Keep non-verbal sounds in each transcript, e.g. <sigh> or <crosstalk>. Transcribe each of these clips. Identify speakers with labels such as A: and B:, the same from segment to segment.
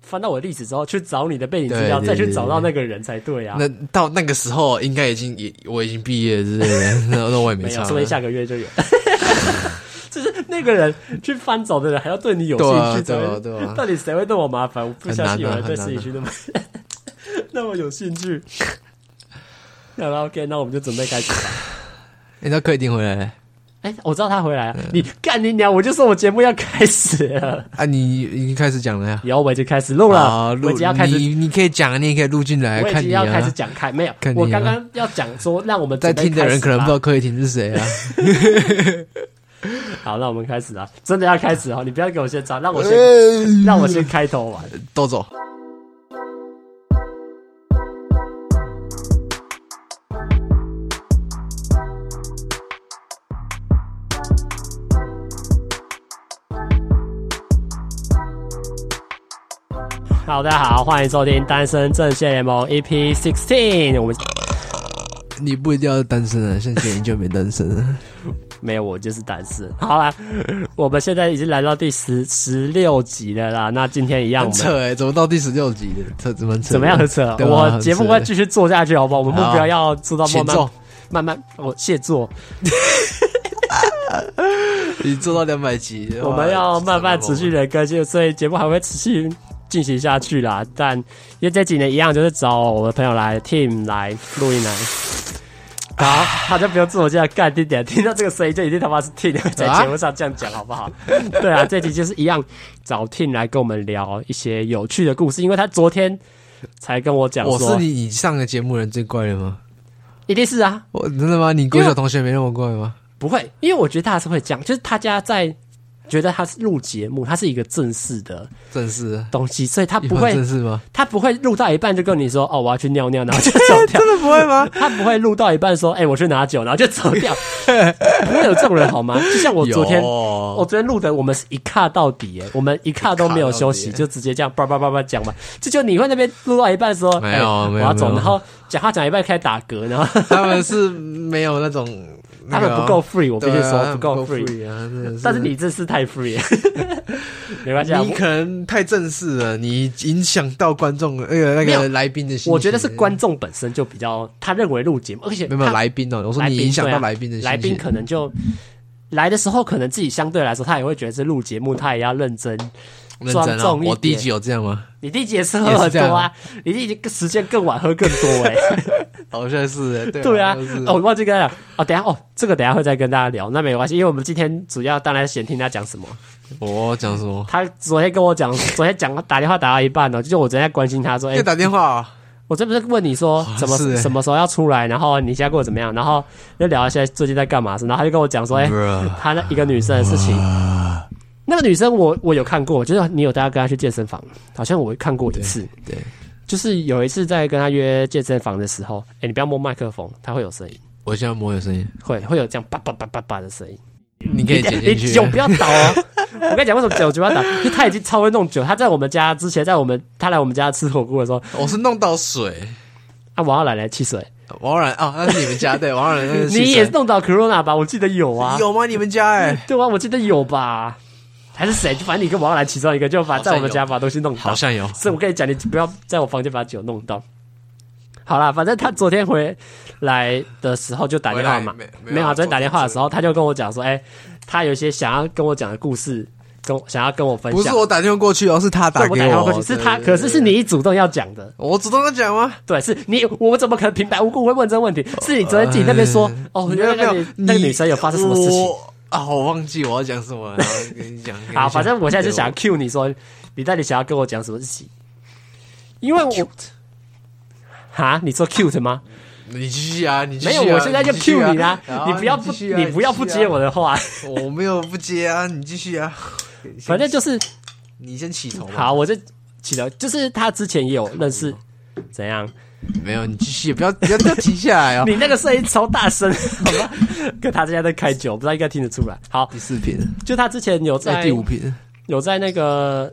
A: 翻到我的历史之后去找你的背景资
B: 对
A: 料，
B: 对
A: 再去
B: 对
A: 找
B: 对
A: 到那个人才对啊。
B: 那到那个时候，应该已经也我已经毕业之类的， <laughs> 那那我也没
A: 没有，
B: 差。
A: 说不定下个月就有。 <laughs> 就是那个人去翻找的人，还要对你有
B: 对啊
A: 兴趣，才
B: 对啊
A: 会
B: 对啊
A: 到底谁会对我麻烦？我不
B: 很
A: 相
B: 难
A: 信有
B: 啊
A: 人对
B: 很
A: 摄
B: 难
A: 影区那么那么有兴趣。 <laughs> 好了，OK，那我们就准备开始
B: <laughs>
A: 吧。
B: 诶那柯一定回来
A: 哎、我知道他回来了，
B: 嗯
A: 你干你娘！我就说我节目要开始了， <laughs>
B: 啊！你已经开始讲了呀？
A: 然后我已经开始录了，
B: 啊，
A: 我
B: 录
A: 已经要开始，
B: 你你可以讲，你也可以录进来，
A: 我已
B: 看
A: 经
B: 你
A: 要开始
B: 啊。
A: 讲开，没有，
B: 看你啊
A: 我刚刚要讲说，让我们
B: 在
A: 准备
B: 听的
A: 开
B: 人
A: 始
B: 可能不
A: 吧
B: 知道柯以婷是谁啊。
A: 好，那我们开始啊，真的要开始哦，你不要给我先插， <laughs> 让我先、
B: 呃
A: 让我先开头玩。
B: 豆走。
A: 好，大家好，欢迎收听《单身阵线联盟》EP sixteen。我们
B: 你不一定要单身啊，像姐你就没单身
A: <laughs>
B: 啊。
A: 没有，我就是单身。好啦，我们现在已经来到第十十六集了啦。那今天一样，
B: 很
A: 我们
B: 扯哎、怎么到第十六集的？扯怎么扯？
A: 欸怎么样很扯？
B: 对吧
A: 我节目会继续做下去，好不好？我们目标
B: 好啊
A: 要做到慢
B: 前
A: 慢
B: 奏，
A: 慢慢，我谢做，
B: 你做到两百集的话，
A: 我们要慢慢持续
B: 的。
A: 的更新，所以节目还会持续进行下去啦。但因为这几年一样，就是找我的朋友来 team 来录音来。
B: 啊
A: 好，他就不用自我介绍，干定点，听到这个声音就一定他妈是 Tin 在节目上这样讲，好不
B: <laughs>
A: 好？对啊，这集就是一样找 Tin 来跟我们聊一些有趣的故事，因为他昨天才跟我讲
B: 我是
A: 说，
B: 你你上个节目人最怪的吗？
A: 一定是啊，
B: 我真的吗？你国小同学没那么怪吗？
A: 不会，因为我觉得他还是会讲，就是他家在觉得他是录节目，他是一个正式的
B: 正式啊，
A: 东西，所以他
B: 一
A: 不会
B: 正式吗？
A: 他不会录到一半就跟你说哦，我要去尿尿，然后就走
B: <laughs>
A: 掉。
B: 真的不会吗？
A: 他不会录到一半说，哎、我去拿酒，然后就走
B: <laughs>
A: 掉。不会有这种人好吗？就像我昨天，我
B: 我
A: 昨天录的，我们是一卡到底、哎，我们一卡都没有休
B: 一
A: 息，
B: 卡到底
A: 就直接这样叭叭叭叭讲嘛。这就你会那边录到一半说，
B: 没有
A: 哎
B: 没有
A: 我要走，
B: 没有
A: 然后讲话讲一半开始打嗝，然后
B: 他们是没有那种，
A: <laughs> 他
B: 那个
A: 们
B: 啊
A: 不够 free，我必须
B: 对啊
A: 说
B: 他
A: 不
B: 们
A: 够
B: 够
A: free。
B: 啊，真的是。
A: 但是你这次太 free，了
B: <laughs>
A: 没关系啊。
B: 你
A: 我
B: 可能太正式了，你影响到观众那个那
A: 没有
B: 个来宾的心情。
A: 我觉得是观众本身就比较，他认为录节目，而且
B: 没有没有
A: 他
B: 来宾哦，我说
A: 来
B: 你
A: 宾
B: 影响
A: 对啊
B: 到来宾的心情。
A: 来宾可能就来的时候，可能自己相对来说，他也会觉得是录节目，他也要认真。
B: 认真
A: 庄重一
B: 啊，
A: 点
B: 我第一集有这样吗？
A: 你弟姐是喝
B: 也
A: 很
B: <laughs> 是这
A: 多
B: 样
A: 啊， <laughs> 你弟姐时间更晚，喝更多哎、
B: 好像是，对
A: 对啊
B: 好像是，
A: 哦，我忘记跟他讲哦，等一下哦，这个等一下会再跟大家聊，那没关系，因为我们今天主要当然先听他讲什么。
B: 我讲什么？
A: 他昨天跟我
B: <laughs>
A: 讲，昨天讲打电话打到一半哦，就是我昨天在关心他说，哎、
B: 要打电话啊？
A: 我这不是问你说
B: 像
A: 什么、
B: 是欸
A: 什么时候要出来，然后你现在过得怎么样，然后又聊一下最近在干嘛事，然后他就跟我讲
B: <laughs>
A: 说，哎、
B: Bruh
A: 他那一个女生的事情。
B: 哦
A: 那个女生我我有看过，就是你有带她跟她去健身房，好像我看过一次。
B: 对对
A: 就是有一次在跟她约健身房的时候，哎、你不要摸麦克风，它会有声音，
B: 我现在没有声音，
A: 会会有这样叭叭叭叭叭的 <laughs> 声音。
B: 你可以剪
A: 你 <laughs>
B: 进去
A: 酒。哎不要倒哦！我跟你讲，为什么酒酒不要倒？就他已经超会弄酒，他在我们家之前，在我们他来我们家吃火锅的时候，
B: 我是弄到水，
A: 啊，王浩奶奶汽 <laughs> 水，
B: 王然哦，那是你们家对，王然那是
A: 你也
B: 汽水
A: 弄到 Corona 吧？我记得 <laughs> 有啊，
B: 有吗？你们家哎，
A: 对啊，我记得有吧？还是谁？就反正你跟王浩然其中一个，就把
B: 好像
A: 在我们家
B: 有
A: 把东西弄倒
B: 好。像有。
A: 所以我跟你讲，你不要在我房间把酒弄到。好啦，反正他昨天回来的时候就打电话嘛
B: 回来，没
A: 没有啊，
B: 没有
A: 昨天打电话的时候他就跟我讲说，哎、他有一些想要跟我讲的故事，跟我想要跟我分
B: 不是
A: 享。
B: 我打电话过去哦，是他打
A: 对我
B: 给
A: 打电话过去，是
B: 对
A: 他，
B: 对
A: 可是是你主动要讲的，
B: 我主动跟他讲吗？
A: 对，是你，我怎么可能平白无故会问这个问
B: <laughs>
A: 题？是你昨天自己那边说，哦，
B: 没
A: 原
B: 有
A: 来那
B: 没有
A: 个，那个
B: 哎你
A: 女生有发生什么事情？
B: 我啊，我忘记我要讲什么了，然后跟你讲。跟
A: <laughs>
B: 你
A: 好，
B: 讲
A: 反正我现在就想
B: 对
A: Q 你说，你到底想要跟我讲什么事情？因为我，哈，你说 cute 吗？
B: 我你继续啊，你继
A: 没
B: 续啊
A: 有，我现在就
B: 继续
A: Q 你啦
B: 好啊，
A: 你不要
B: 继
A: 不，
B: 续啊
A: 你不要不接，我的话， <laughs>
B: 继续啊我没有不接啊，你继续啊，
A: 反正就是
B: 你先起头。，
A: 好，我就起头，就是他之前也有认识，怎样？
B: 没有，你继续，不要不要不要停下来哦。
A: <laughs> 你那个声音超大声， <laughs> 好吧？可他现在在开酒，不知道应该听得出来。好，
B: 哎第四瓶，
A: 就他之前有
B: 在
A: 在
B: 第五瓶，
A: 有在那个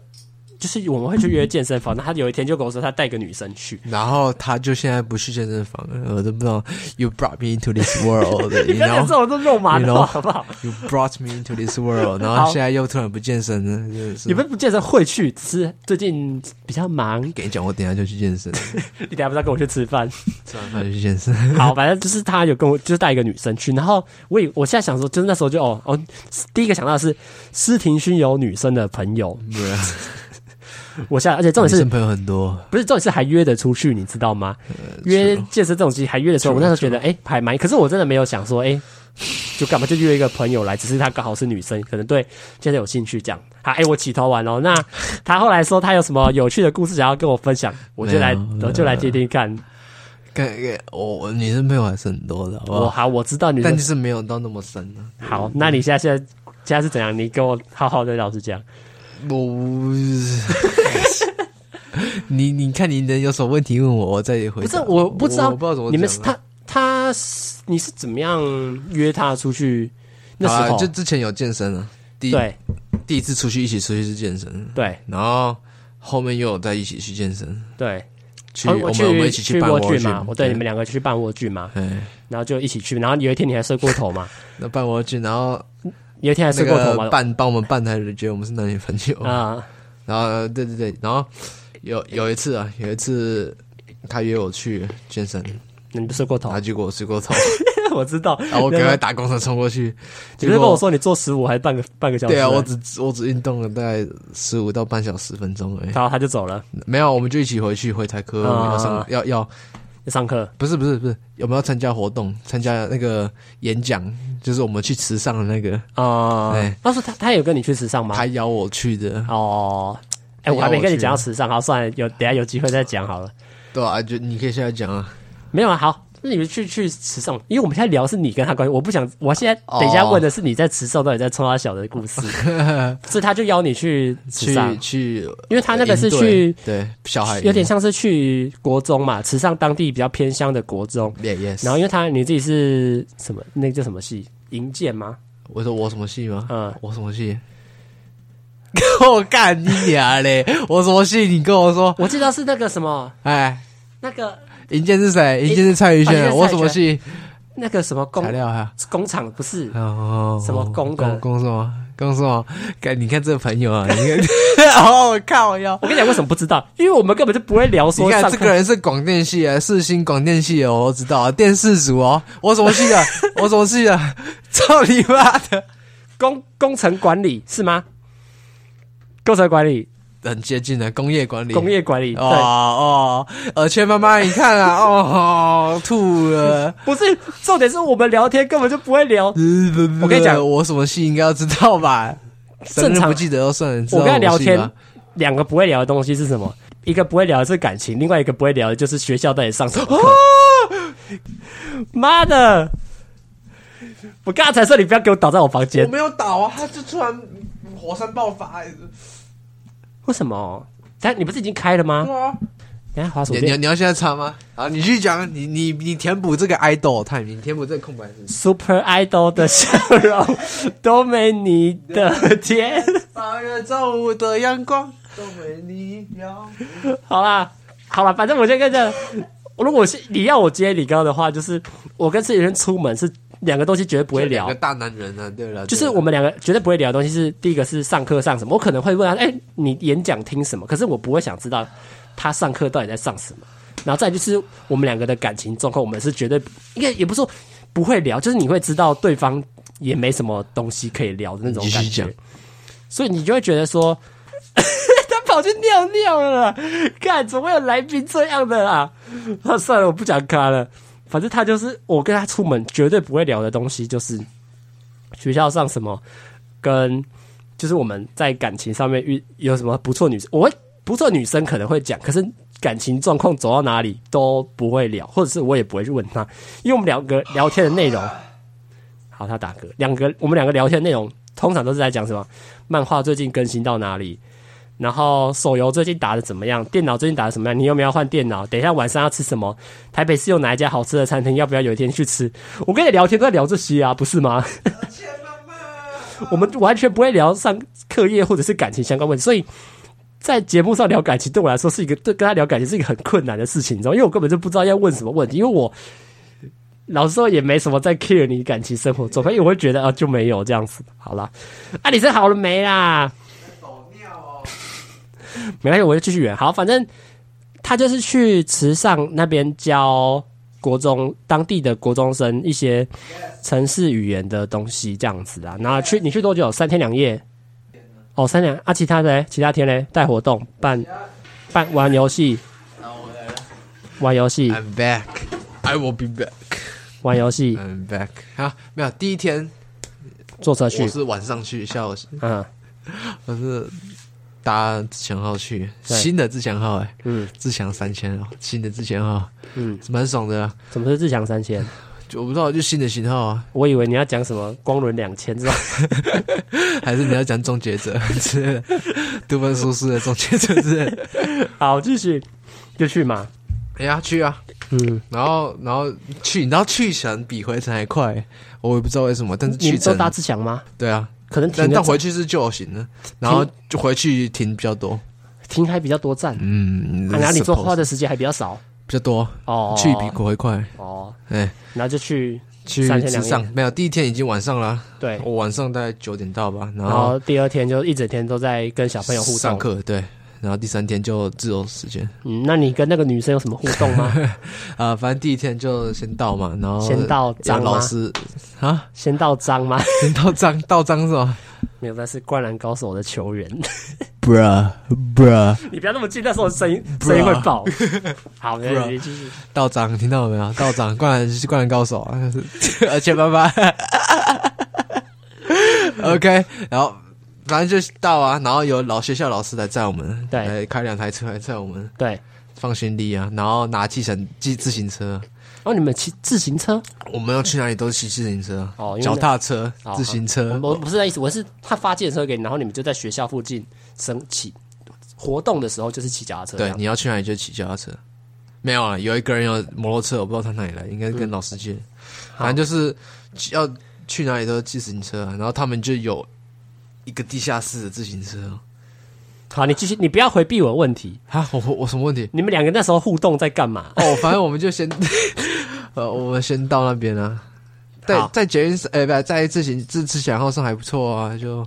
A: 就是我们会去约健身房，那他有一天就跟我说他带个女生去，
B: 然后他就现在不去健身房了，我都不知道。You brought me into this world，你
A: <laughs> 你
B: 知
A: 不要讲
B: 道
A: 这种都肉麻的
B: you
A: 话
B: know
A: 好不好？
B: ？You brought me into this world，然后现在又突然不健身了，真的是
A: 你们不健身会去吃，最近比较忙，
B: 跟你讲，我等一下就去
A: <laughs>
B: 健身，
A: 你等一下不是要跟我去吃饭？
B: 吃完饭就去健身。
A: 好，反正就是他有跟我，就是带一个女生去，然后我也我现在想说，就是那时候就哦哦，第一个想到的是施廷勋有女生的朋友，
B: 不 <laughs> 然
A: 我现在而且啊重
B: 嗯女
A: 点是
B: 生朋友很多，
A: 不是重点是还约得出去，你知道吗？
B: 呃
A: 约
B: 啊
A: 健身这种东西还约的时候，我那时候觉得哎、诶还蛮，可是我真的没有想说哎、诶就干嘛就约一个朋友来，只是她刚好是女生，可能对健身有兴趣这样。好，哎、我起头完了，那她后来说她有什么有趣的故事想要跟我分享，我就来
B: 没有没有
A: 我就来听听看。
B: 跟跟我我女生朋友还是很多的，好不
A: 我
B: 好？
A: 好，我知道你
B: 但就是没有到那么深啊。
A: 好，那你现在现在现在是怎样？你跟我好好的老实讲， <laughs>
B: 我，你你看你能有什么问题问我，我再
A: 不
B: 回答。
A: 是我不知道，
B: 我不知道怎么讲啊。
A: 你们是他他是你是怎么样约他出去？那
B: 好啦啊
A: 时候、
B: 就之前有健身啊，第一
A: 对
B: 第一次出去一起出去是健身，
A: 对
B: 然后后面又有在一起去健身，
A: 对，
B: 去
A: 哦
B: 我
A: 去
B: 们我们一起
A: 去
B: 办
A: 蜗
B: 蜗
A: 居嘛，我对你们
B: 们，
A: 两个去办蜗居嘛，
B: 哎，
A: 然后就一起去，然后有一天你还睡过头
B: <laughs>
A: 嘛，
B: 那办蜗居，然后
A: 有一天还
B: 那
A: 睡过头嘛
B: 个，办帮我们办的人觉得我们是男女朋友，
A: 啊
B: 然后对对对，然后有有一次啊，有一次他约我去健身，
A: 你不睡过头
B: 然后，结果我睡过头，
A: <laughs> 我知道，
B: 然后啊我赶
A: 然后
B: 快打工车冲过去，
A: 你
B: 结
A: 不是
B: 果
A: 跟我说你做十五还半个半个小时，
B: 对啊，我只我只运动了大概十五到半小时分钟而已，
A: 然后他就走了，
B: 没有，我们就一起回去回台科，我们要
A: 啊
B: 上要要
A: 就上课
B: 不是不是不是，有没有参加活动？参加那个演讲，就是我们去池上的那个，
A: 啊
B: 对。
A: 他说他他有跟你去时尚吗？
B: 他邀我去的，
A: 哦，哎、
B: 哎
A: 我还没
B: 要我
A: 跟你
B: 去
A: 讲到时尚，好，算了，有等一下有机会再讲好了。
B: 对啊，就你可以现在讲啊。
A: 没有啊，好，那你们去去时尚，因为我们现在聊的是你跟他关系，我不想，我现在等一下
B: 哦
A: 问的是你在时尚到底在冲他小的故事，
B: <laughs>
A: 所以他就邀你去时
B: 去
A: 尚，
B: 去，
A: 因为他那个是
B: 营队
A: 去
B: 对小孩营
A: 有点像是去国中嘛，时尚当地比较偏乡的国中，
B: Yeah, yes。
A: 然后因为他你自己是什么，那个叫什么系？营建吗？
B: 我说我什么戏吗？
A: 嗯
B: 我什么 <laughs> 戏？我干你娘嘞！我什么戏？你跟我说，
A: 我记得是那个什么，
B: 哎，
A: 那个
B: 银剑是谁？银剑是蔡
A: 哦
B: 宇
A: 银剑
B: 轩。啊
A: 是
B: 我
A: 蔡宇
B: 什么戏？
A: 那个什么工
B: 材料哈。
A: 工厂不是？
B: 哦，
A: 什么公的
B: 公公什么公什么？干，你看这个朋友啊，你看， <laughs> 哦，我靠呀！
A: 我跟你讲，为什么不知道？因为我们根本就不会聊
B: 你
A: 说上
B: 看
A: 课
B: 这个人是广电系啊，世新广电系哦，我知道啊，电视组哦，我什么系
A: <laughs>
B: 啊？我什么系啊？操你妈的！
A: 工工程管理是吗？工程管理、
B: 很接近的工业管理，
A: 工业管理，
B: 哦哦，耳圈妈妈，你
A: <laughs>
B: 看啊，哦，哦吐了。
A: 对，不是重点是我们聊天根本就不会聊。
B: 我
A: <laughs> 我跟你讲
B: 我什么系应该要知道吧？
A: 正常
B: 反正不记得就算了。你知道
A: 我跟他聊
B: 系吧
A: 天，两个不会聊的东西是什么？一个不会聊的是感情，另外一个不会聊的就是学校到底上什么课。
B: 哦
A: <laughs> 妈的！我刚才说你不要给我倒在我房
B: 我
A: 间，
B: 没有倒啊，他就突然火山爆发。
A: 为什么？但你不是已经开了吗？
B: 啊，
A: 等一下滑手
B: 你你要
A: 机。
B: 你要现在插吗？啊，你去讲，你你你填补这个 idol time，你填补这个空白时间。
A: Super Idol 的笑容都没你的甜。
B: 八月正午的阳光都为你摇。
A: 好啦，好啦，反正我先跟着。如果是你要我接李刚的话，就是我跟这些人出门是两个东西绝对不会
B: 两
A: 聊
B: 个，大男人啊，对了，
A: 就是我们两个绝对不会聊的东西是第一个是上课上什么，我可能会问他，哎、你演讲听什么？可是我不会想知道他上课到底在上什么。然后再来就是我们两个的感情状况，我们是绝对应该也不是说不会聊，就是你会知道对方也没什么东西可以聊的那种
B: 你继
A: 感
B: 续
A: 觉
B: 讲，
A: 所以你就会觉得说， <laughs> 他跑去尿尿了啦，看怎么会有来宾这样的啦？那算了，我不讲他了。反正他就是我跟他出门绝对不会聊的东西，就是学校上什么跟就是我们在感情上面遇有什么不错女生，我会不错女生可能会讲，可是感情状况走到哪里都不会聊，或者是我也不会去问他，因为我们两个聊天的内容，好，他打嗝，两个我们两个聊天的内容通常都是在讲什么漫画最近更新到哪里。然后手游最近打的怎么样？电脑最近打的怎么样？你有没有要换电脑？等一下晚上要吃什么？台北市有哪一家好吃的餐厅？要不要有一天去吃？我跟你聊天都在聊这些啊，不是吗？我们完全不会聊上课业或者是感情相关问题，所以在节目上聊感情，对我来说是一个对跟他聊感情是一个很困难的事情，你知道吗，因为我根本就不知道要问什么问题，因为我老实说也没什么在 care 你感情生活中，所以我会觉得啊就没有这样子。好啦，啊你是好了没啦？没关系，我就继续圆。好，反正他就是去池上那边教国中当地的国中生一些城市语言的东西，这样子啊。然后去你去多久？三天两夜。哦，三两啊，其他的嘞，其他天嘞，带活动，办办玩游戏，
B: 哎
A: 玩游戏，
B: I'm back, I will be back,
A: 玩游戏，
B: I'm back。好，没有第一天
A: 坐车去
B: 我，是晚上去，下午是
A: 嗯
B: 我是搭自强号去，
A: 对
B: 新的自强号哎、
A: 嗯
B: 自强三千哦，新的自强号
A: 嗯，
B: 蛮爽的、啊，
A: 什么是自强三千？
B: 就我不知道就新的型号啊，
A: 我以为你要讲什么光轮两千，知
B: <laughs>
A: 道吗？
B: 还是你要讲终结者之类的，读本书式的终结者之类的。
A: 好，继续就去嘛，
B: 哎呀，去啊！
A: 嗯，
B: 然后，然后去，你知道去程比回程还快，我也不知道为什么，但是
A: 你
B: 去
A: 们都
B: 程
A: 搭自强吗？
B: 对啊，
A: 可能
B: 但
A: 停
B: 但
A: 的
B: 回去是旧型的，然后就回去停比较多。
A: 停还比较多站，
B: 嗯，
A: 啊，哪里做花
B: 的
A: 的时间还比较少
B: 比较多，
A: 哦，
B: 去比回快。
A: 哦，
B: 哎，
A: 然后就去
B: 去
A: 三天
B: 之
A: 两夜
B: 上没有，第一天已经晚上了，
A: 对，
B: 我晚上大概九点到吧，然
A: 然
B: 后
A: 后第二天就一整天都在跟小朋友互
B: 上
A: 动。
B: 课对，然后第三天就自由时间
A: 嗯，那你跟那个女生有什么互动
B: <laughs>
A: 吗？
B: 啊、反正第一天就先到嘛，然后
A: 先到
B: 有
A: 章吗
B: 哦老？师啊，
A: 先到章吗？ <laughs>
B: 先到章到章是吧
A: 没有，那是《灌篮高手》的球员。
B: ？Bruh bruh，
A: <laughs> 你不要那么近，那时候声音
B: 啊
A: 声音会
B: <laughs>
A: 爆。好，没问题，继续。
B: 到章听到了没有？到章灌篮灌篮高手，啊 <laughs> 而且爸爸，OK，然后。反正就到啊，然后有老学校老师来载我们，
A: 对
B: 来开两台车来载我们
A: 对，
B: 放行李啊，然后拿计程计自行车，
A: 哦，你们骑自行车？
B: 我们要去哪里都骑自行车
A: 哦因为，那
B: 脚踏车
A: 哦、
B: 自行
A: 我
B: 车，
A: 我不是那意思，我是他发借车给你，然后你们就在学校附近升起活动的时候就是骑脚踏车这
B: 对啊
A: 样。，
B: 你要去哪里就骑脚踏车。没有啊，有一个人有摩托车，我不知道他哪里来，应该是跟老师借。反正就是要去哪里都骑自行车啊，然后他们就有一个地下室的自行车。
A: 好，你继续，你不要回避我的问题。
B: 啊，我我我什么问题？
A: 你们两个那时候互动在干嘛？
B: <laughs> 哦，反正我们就先， <laughs> 呃，我们先到那边啊。在
A: 好
B: 在捷运，呃，不，在自行自自享号上还不错啊，就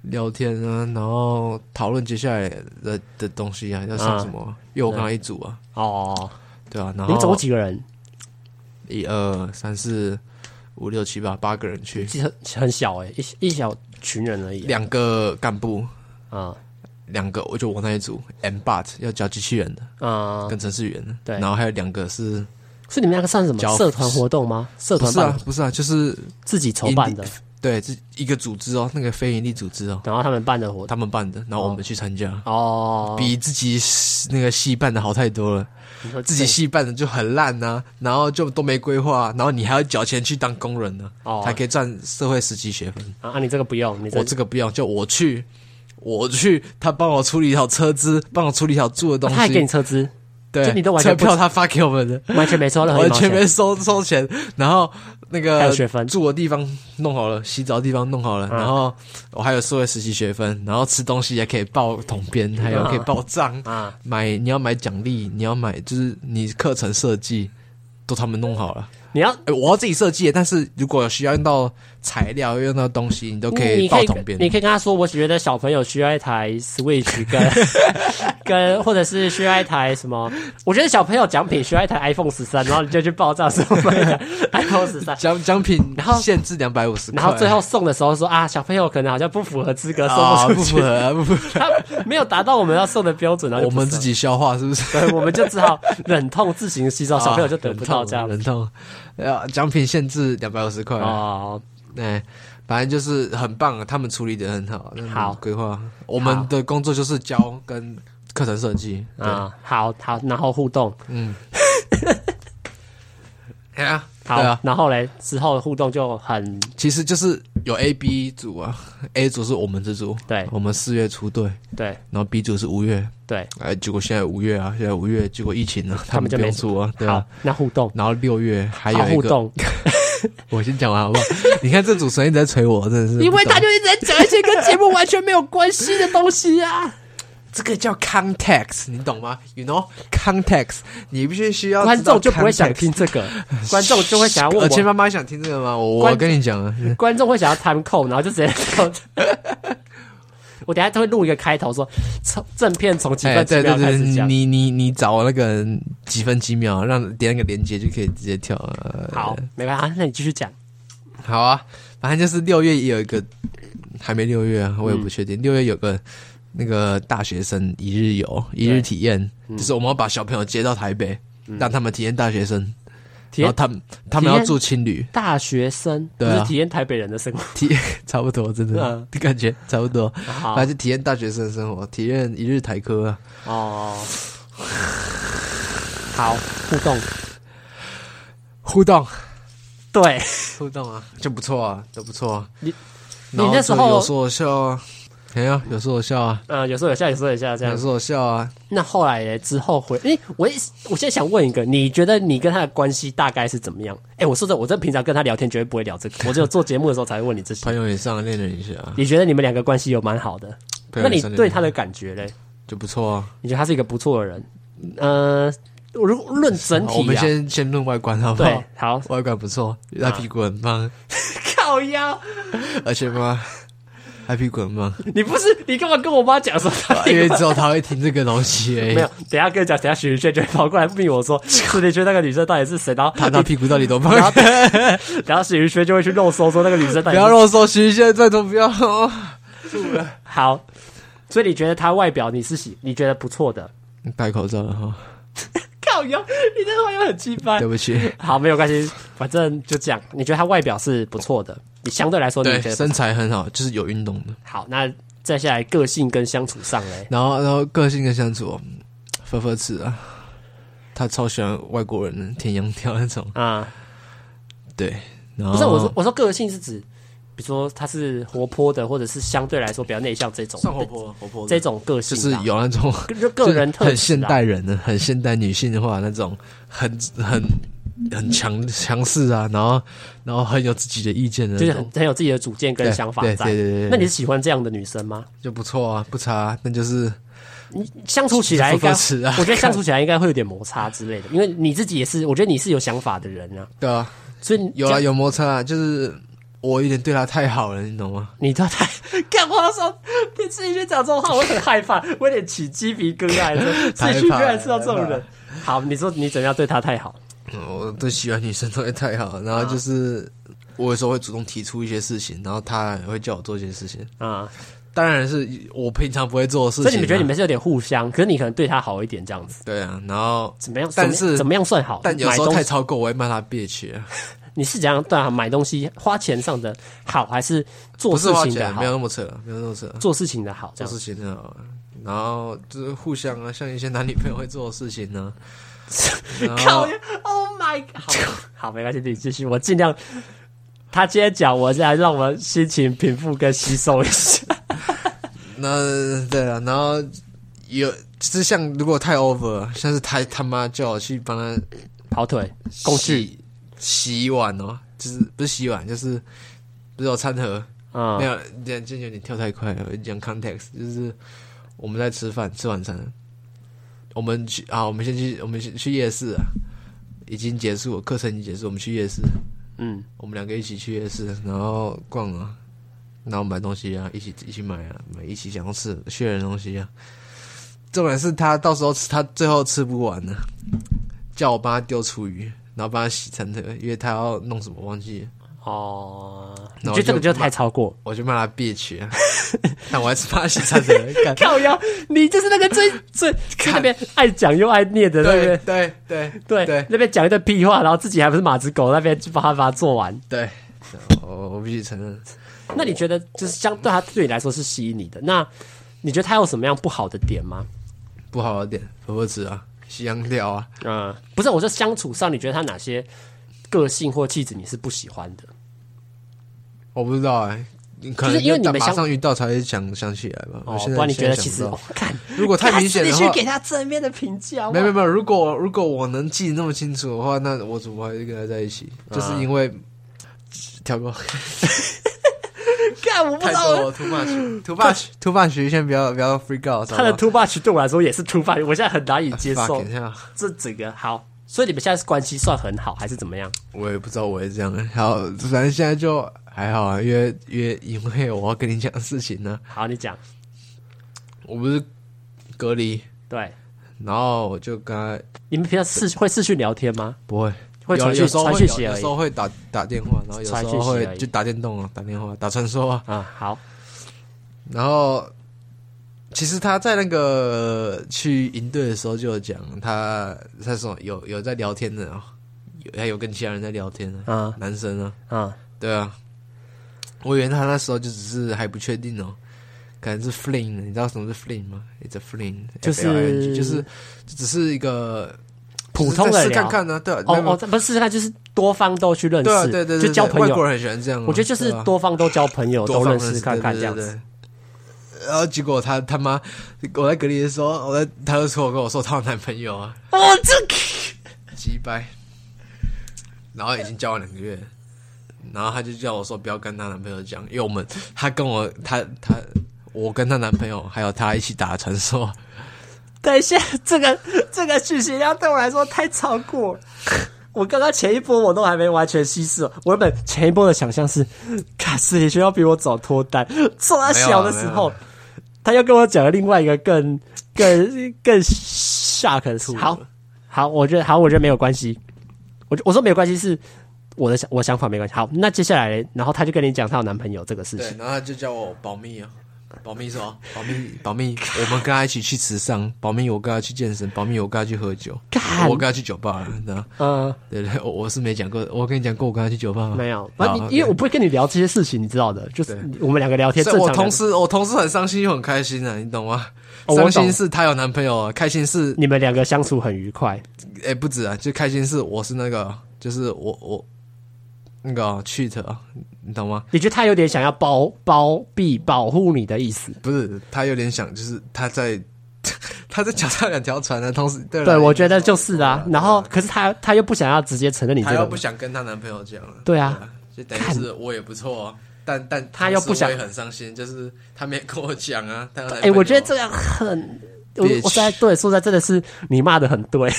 B: 聊天啊，然后讨论接下来的的东西啊，要上什么啊、因为我跟他一组啊，
A: 哦，
B: 对啊，然
A: 你
B: 后
A: 们总共几个人？
B: 一二三四五六七八八个人去，
A: 其实很小哎、一一小群人而已啊。
B: 两个干部，
A: 啊
B: 两个我就我那一组，M Bot 要教机器人的
A: 啊、
B: 跟程序员的，
A: 对
B: 然后还有两个是
A: 是你们那个算什么
B: 交
A: 社团活动吗？社
B: 不
A: 团
B: 是
A: 办
B: 啊不是啊，就是
A: 自己筹办的，
B: 对，这一个组织哦，那个非营利组织哦，
A: 然后他们办的活动
B: 他们办的，然后我们去参加，
A: 哦，
B: 比自己那个戏办的好太多了。
A: 你说
B: 自己
A: 这
B: 戏办的就很烂呐、然后就都没规划，然后你还要缴钱去当工人呢、
A: 哦
B: 还可以赚社会实习学分。
A: 啊，啊你这个不用，你这
B: 我这个不要，就我去，我去，他帮我处理好车资，帮我处理好住的东
A: 啊
B: 西，
A: 他还给你车资，
B: 对
A: 就你都完全
B: 车
A: 不
B: 票他发给我们的，
A: 完全没收任何一
B: 完
A: 毛
B: 全
A: 钱
B: 没收收钱，然后那
A: 还
B: 个
A: 有学分
B: 住的地方弄好了，洗澡的地方弄好了，
A: 嗯
B: 然后我还有社会实习学分，然后吃东西也可以报统
A: 嗯
B: 编，还有可以报账，
A: 啊，
B: 买你要买奖励，你要买就是你课程设计都他们弄好了。
A: 你要
B: 哎，我要自己设计，但是如果需要用到材料、用到东西，你都可以
A: 你
B: 报
A: 可以
B: 统编。
A: 你可以跟他说，我觉得小朋友需要一台 Switch 跟
B: <laughs>
A: 跟或者是需要一台什么，我觉得小朋友奖品需要一台 iPhone 十三，然后你就去报账说买
B: <laughs>
A: 一台 iPhone 十三。
B: 奖奖品
A: 然后
B: 限制两百五十，
A: 然后最后送的时候说啊，小朋友可能好像不符合资格，送
B: 啊
A: 不
B: 不
A: 出去
B: 符，合，不符合，
A: 他没有达到 <laughs> 我们要送的标准，然后就
B: 我
A: 不
B: 们
A: 送
B: 自己消化是不是？
A: 对，我们就只好忍痛自行吸收， <laughs> 小朋友就得不到这样
B: 啊忍痛，忍痛呃，奖品限制两百五十块，
A: 哦。
B: 哎，反正就是很棒，啊他们处理的很好，他们
A: 好
B: 规划。我们的工作就是教跟课程设计，对，
A: 啊，好好，然后互动，
B: 嗯，哎呀，
A: 好，
B: 对啊，
A: 然后嘞之后互动就很
B: 其实就是有 A、B 组啊，A 组是我们这组，
A: 对
B: 我们四月出队，
A: 对
B: 然后 B 组是五月，
A: 对，
B: 哎，结果现在五月啊，现在五月，结果疫情啊，
A: 他们
B: 们
A: 就
B: 不
A: 没
B: 用出啊，对
A: 好
B: 啊。，
A: 那互动，
B: 然后六月还
A: 好
B: 有一
A: 互
B: 个，
A: 动，
B: <laughs> 我先讲完好不好？你看这主持人一直在捶我，真的是不
A: <laughs>
B: 懂，
A: 因为他就一直在讲一些跟节目完全没有关系的东西啊。
B: 这个叫 context，你懂吗？You know context，你必须需要
A: 观
B: 知道
A: 众就不会想
B: context
A: 听这个， <laughs> 观众就会想要
B: 呃
A: 问
B: 千
A: 我，
B: 妈妈想听这个吗？我
A: 观
B: 我跟你讲啊，
A: 观众会想要 time code，然后就直接 code。我等一下会录一个开头说，从正片从几
B: 哎，
A: 分几
B: 对对
A: 秒开
B: 对，
A: 始讲。
B: 你你你找那个几分几秒，让点那个连接就可以直接跳了。
A: 好，没办法，那你继续讲。
B: 好啊，反正就是六月也有一个，还没六月啊，我也不确
A: 嗯
B: 定。六、月有个那个大学生一日游、一日体验，就是我们要把小朋友接到台北，让他们体验大学生，
A: 嗯体
B: 然后
A: 验
B: 他们他们
A: 体
B: 要
A: 验
B: 住青旅，
A: 大学生，不
B: 对啊
A: 是体验台北人的生活。
B: 体 <laughs> 差不多，真的、感觉差不多，
A: 好
B: 反正体验大学生的生活，体验一日台科啊。
A: 哦，好互动，
B: 互动，
A: 对
B: 互动啊，就不错啊，都不错啊。
A: 你
B: 然后
A: 你那时
B: 就
A: 候
B: 有说有笑啊，哎呀，有说有笑啊，
A: 呃，有时候有下，有时候有下，这
B: 有
A: 样。
B: 说有笑啊。
A: 那后来嘞之后回，哎、我也是我现在想问一个，你觉得你跟他的关系大概是怎么样？哎、我说真的，我真的平常跟他聊天绝对不会聊这个，我只有做节目的时候才会问你这些。
B: 朋友也上恋人一下啊，
A: 你觉得你们两个关系有蛮好的？
B: 朋
A: 那
B: 友
A: 你
B: 也上恋人
A: 对他的感觉嘞？
B: 就不错啊。
A: 你觉得他是一个不错的人？呃，如果论整
B: 好我
A: 体
B: 们
A: 啊，
B: 先先论外观好不好
A: 对？，啊好，
B: 外观不错，他屁股很棒，
A: 靠腰，
B: 而且 <laughs> 嘛，他屁股
A: <laughs>
B: 很棒，
A: 你不是你干嘛跟我妈讲说他
B: 啊因为只有他会听这个东西而已
A: 没有，，等一下跟你讲，等一下许宇轩就会跑过来逼我
B: <laughs>
A: 说，是你觉得那个女生到底是谁？然后
B: 他他屁股到底多棒？
A: 然后然后许宇轩就会去肉搜说那个女生到
B: <laughs> 不
A: 底
B: 要
A: 是
B: 啰嗦，徐现在再都不
A: <laughs>
B: 要。
A: 好。所以你觉得她外表你是喜，你觉得不错的？
B: 戴口罩了哈，
A: 靠腰，你这话又很鸡掰
B: 对。不起。
A: 好，没有关系，反正就这样。你觉得她外表是不错的，你相对来说你
B: 对，
A: 觉得
B: 身材很好，就是有运动的。
A: 好。那再下来个性跟相处上嘞，
B: 然后，然后个性跟相处，啊呵呵吃啊，他超喜欢外国人的甜羊跳那种。
A: 啊、
B: 对，然后
A: 不是我说我说个性是指，比如说她是活泼的，或者是相对来说比较内向这种，
B: 泼活泼
A: 这种个性
B: 就
A: 吧，
B: 是有那种
A: 就个人特质、啊、
B: 很现代人 <laughs> 的、很现代女性的话，那种很很很强强势啊，然后然后很有自己的意见的
A: 就是
B: 那
A: 很
B: 种，
A: 很有自己的主见跟
B: 对
A: 想法
B: 对
A: 在。
B: 对对对对
A: 那你是喜欢这样的女生吗？
B: 就不错啊，不差、啊，那就是
A: 相处起来应该，
B: 不吃啊
A: 我，觉得相处起来应该会有点摩擦之类的，因为你自己也是，我觉得你是有想法的人啊，
B: 对啊，
A: 所以
B: 有啊
A: 有，
B: 有摩擦、啊，就是我有点对她太好了，你懂吗？
A: 你都太干我的时候，被自己去讲这种话，我很害怕，我有点起鸡皮疙
B: <laughs>
A: 瘩，说自己居然是到这种人。好，你说你怎样对她太好？
B: 嗯我对喜欢女生都会太好了，然后就是、我有时候会主动提出一些事情，然后她也会叫我做一些事情，
A: 啊、
B: 当然是我平常不会做的事情、
A: 所以
B: 啊。
A: 你们觉得你们是有点互相，可是你可能对她好一点这样子，
B: 对啊，然后
A: 怎么样？
B: 但是
A: 怎么样算好？
B: 但有
A: 买
B: 时候
A: 东
B: 太
A: 西，
B: 超过，我会骂她 bitch 啊。
A: 你是怎样对她买东西花钱上的好，还是做
B: 不是
A: 事
B: 花
A: 情的
B: 钱，啊
A: 好
B: 没？有那么扯，没有那么扯，啊
A: 做事情的好，这
B: 做
A: 样
B: 事情很好玩。然后就是互相啊，像一些男女朋友会做的事情啊呢、然
A: 靠
B: 后
A: ！Oh my，好， <laughs> 好，没关系，你继续，我尽量。他今天讲，我这样让我心情平复跟吸收一下。嗯
B: 那对啊，然后有就是像如果太 over，像是他他妈叫我去帮他
A: <laughs> 跑腿工具
B: 洗洗碗哦，就是不是洗碗，就是不是有餐盒？
A: 啊
B: 没，有，这样这有点跳太快了。讲 context 就是我们在吃饭，吃晚餐，我们去啊，我们先去，我们先去夜市啊，已经结束了，课程已经结束，我们去夜市，
A: 嗯，
B: 我们两个一起去夜市，然后逛啊，然后买东西啊，一起一起买啊，买一起想要吃确认东西啊。重点是他到时候吃，他最后吃不完呢、叫我帮他丢厨余，然后帮他洗餐盒，因为他要弄什么忘记了，
A: 哦，你觉
B: 那我
A: 得这个就
B: 就
A: 太超过？
B: 我就骂他 bitch，啊但我还是帮他洗餐盒，
A: <laughs> <laughs>
B: 干
A: 靠腰，你就是那个最 <laughs> 最在那边爱讲又爱念的那
B: 对
A: 边，
B: 对对
A: 对，
B: 对
A: 那边讲一堆屁话，然后自己还不是马子狗，那边就把它把它做 <laughs> 完。
B: 对，我我必须承认，
A: 那你觉得就是相对他对你来说是吸引你的？那你觉得他有什么样不好的点吗？
B: 不好的点，婆婆子啊，西洋料啊，
A: 嗯，不是，我说相处上，你觉得他哪些个性或气质你是不喜欢的？
B: 我不知道哎、你可
A: 就
B: 能
A: 是因为你
B: 要
A: 们
B: 马
A: 相
B: 上遇到才会想想起来吧。
A: 哦
B: 我，现
A: 不
B: 在
A: 然你觉得
B: 现在
A: 其实
B: 想不
A: 哦
B: 到，
A: 看、
B: 如果太明显的
A: 你
B: 话
A: 去给他正面的评价，
B: 没有没有没有，如果如果我能记那么清楚的话，那我
A: 啊
B: 怎么还会跟他在一起？就是因为跳过，
A: 干，我不
B: <laughs> 太
A: 知道
B: 多了，too much，too much，too much，先不要不要 freak out，
A: 他的 too much 对我来说也是 too much，我现在很难以接受
B: 一下，
A: 这整个好。所以你们现在是关系算很好还是怎么样？
B: 我也不知道我也这样，好，反正现在就还好啊，因为因为因为我要跟你讲事情呢、
A: 好，你讲。
B: 我不是隔离，
A: 对，
B: 然后我就跟他
A: 你们平常视会视讯聊天吗？
B: 不会。
A: 会
B: 有
A: 传
B: 有
A: 讯
B: 时候
A: 传
B: 会
A: 讯
B: 有
A: 息
B: 有
A: 而已
B: 时候会打打电话，然后有时
A: 传讯
B: 候
A: 息
B: 会
A: 而已
B: 就打电动啊，打电话打传说啊。
A: 啊。好，
B: 然后其实他在那个去营队的时候就有讲，他他说有有在聊天的、哦，有还有跟其他人在聊天啊，
A: 啊
B: 男生啊，
A: 啊，
B: 对啊。我以为他那时候就只是还不确定哦，可能是 fling，你知道什么是 fling 吗？It's a fling，
A: 就是
B: FLING 就是只是一一个
A: 普通的
B: 试
A: 聊
B: 看看呢、对啊，
A: 哦
B: 没有
A: 哦，不是，他就是多方都去认识，
B: 对啊，对对对，
A: 就交
B: 对
A: 朋
B: 外国
A: 友。
B: 人很喜欢这样啊、
A: 我觉得就是
B: 对啊
A: 多方都交朋友，
B: 多
A: 都
B: 方
A: 认识看看这样。
B: 对对
A: 子。
B: 对然后结果他他妈，我在隔离的时候，我在他就说我跟我说她有男朋友啊，
A: 哦，这个
B: 鸡掰。然后已经交往两个月，然后他就叫我说不要跟她男朋友讲，因为我们她跟我她她我跟她男朋友还有她一起打传说，
A: 等一下，这个 <laughs> 这个讯息量对我来说太超过了。我刚刚前一波我都还没完全稀释哦，我原本前一波的想象是， <laughs> 卡斯里学要比我早脱单，做他小的时候
B: 没有啊，
A: 他又跟我讲了另外一个更更 <laughs> 更 shock 的事。好，好，我觉得好，我觉得没有关系。我就我说没有关系是我的想我想法没关系。好，那接下来，然后他就跟你讲她有男朋友这个事
B: 对
A: 情，，
B: 然后他就叫我保密啊。保密什么？保密，保密！我们跟他一起去慈善，保密我跟他去健身，保密我跟他去喝酒，
A: 干
B: 我跟他去酒吧，你知道？
A: 嗯、
B: <laughs> 对对，我我是没讲过，我跟你讲过，我跟他去酒吧吗？啊
A: 没有，
B: 好
A: 反正你因为我不会跟你聊这些事情，你知道的，就是
B: 哦对
A: 你我们两个聊天
B: 是
A: 正常
B: 我
A: 聊
B: 同时，我同时很伤心又很开心啊，你懂吗？
A: 哦我
B: 伤
A: 懂
B: 心是她有男朋友啊，开心是
A: 你们两个相处很愉快，
B: 哎、不止啊，就开心是我是那个，就是我我那个 cheat，啊你懂吗？
A: 你觉得他有点想要包包庇保护你的意思？
B: 不是，他有点想，就是他在 <laughs> 他在脚踏两条船啊呢，同时对
A: 对，
B: 啦
A: 我觉得就是啊。
B: 对啦
A: 然后，可是他他又不想要直接承认你这
B: 她又
A: 个
B: 不，想跟她男朋友讲了，
A: 对啊
B: 啦，就等于是我也不错、哦，但但
A: 她又不想
B: 同时我也很伤心，就是她没跟我讲啊，她有男
A: 哎、
B: 朋友
A: 我觉得这样很，我我
B: Bitch
A: 实在对说实在真的是你骂的很对，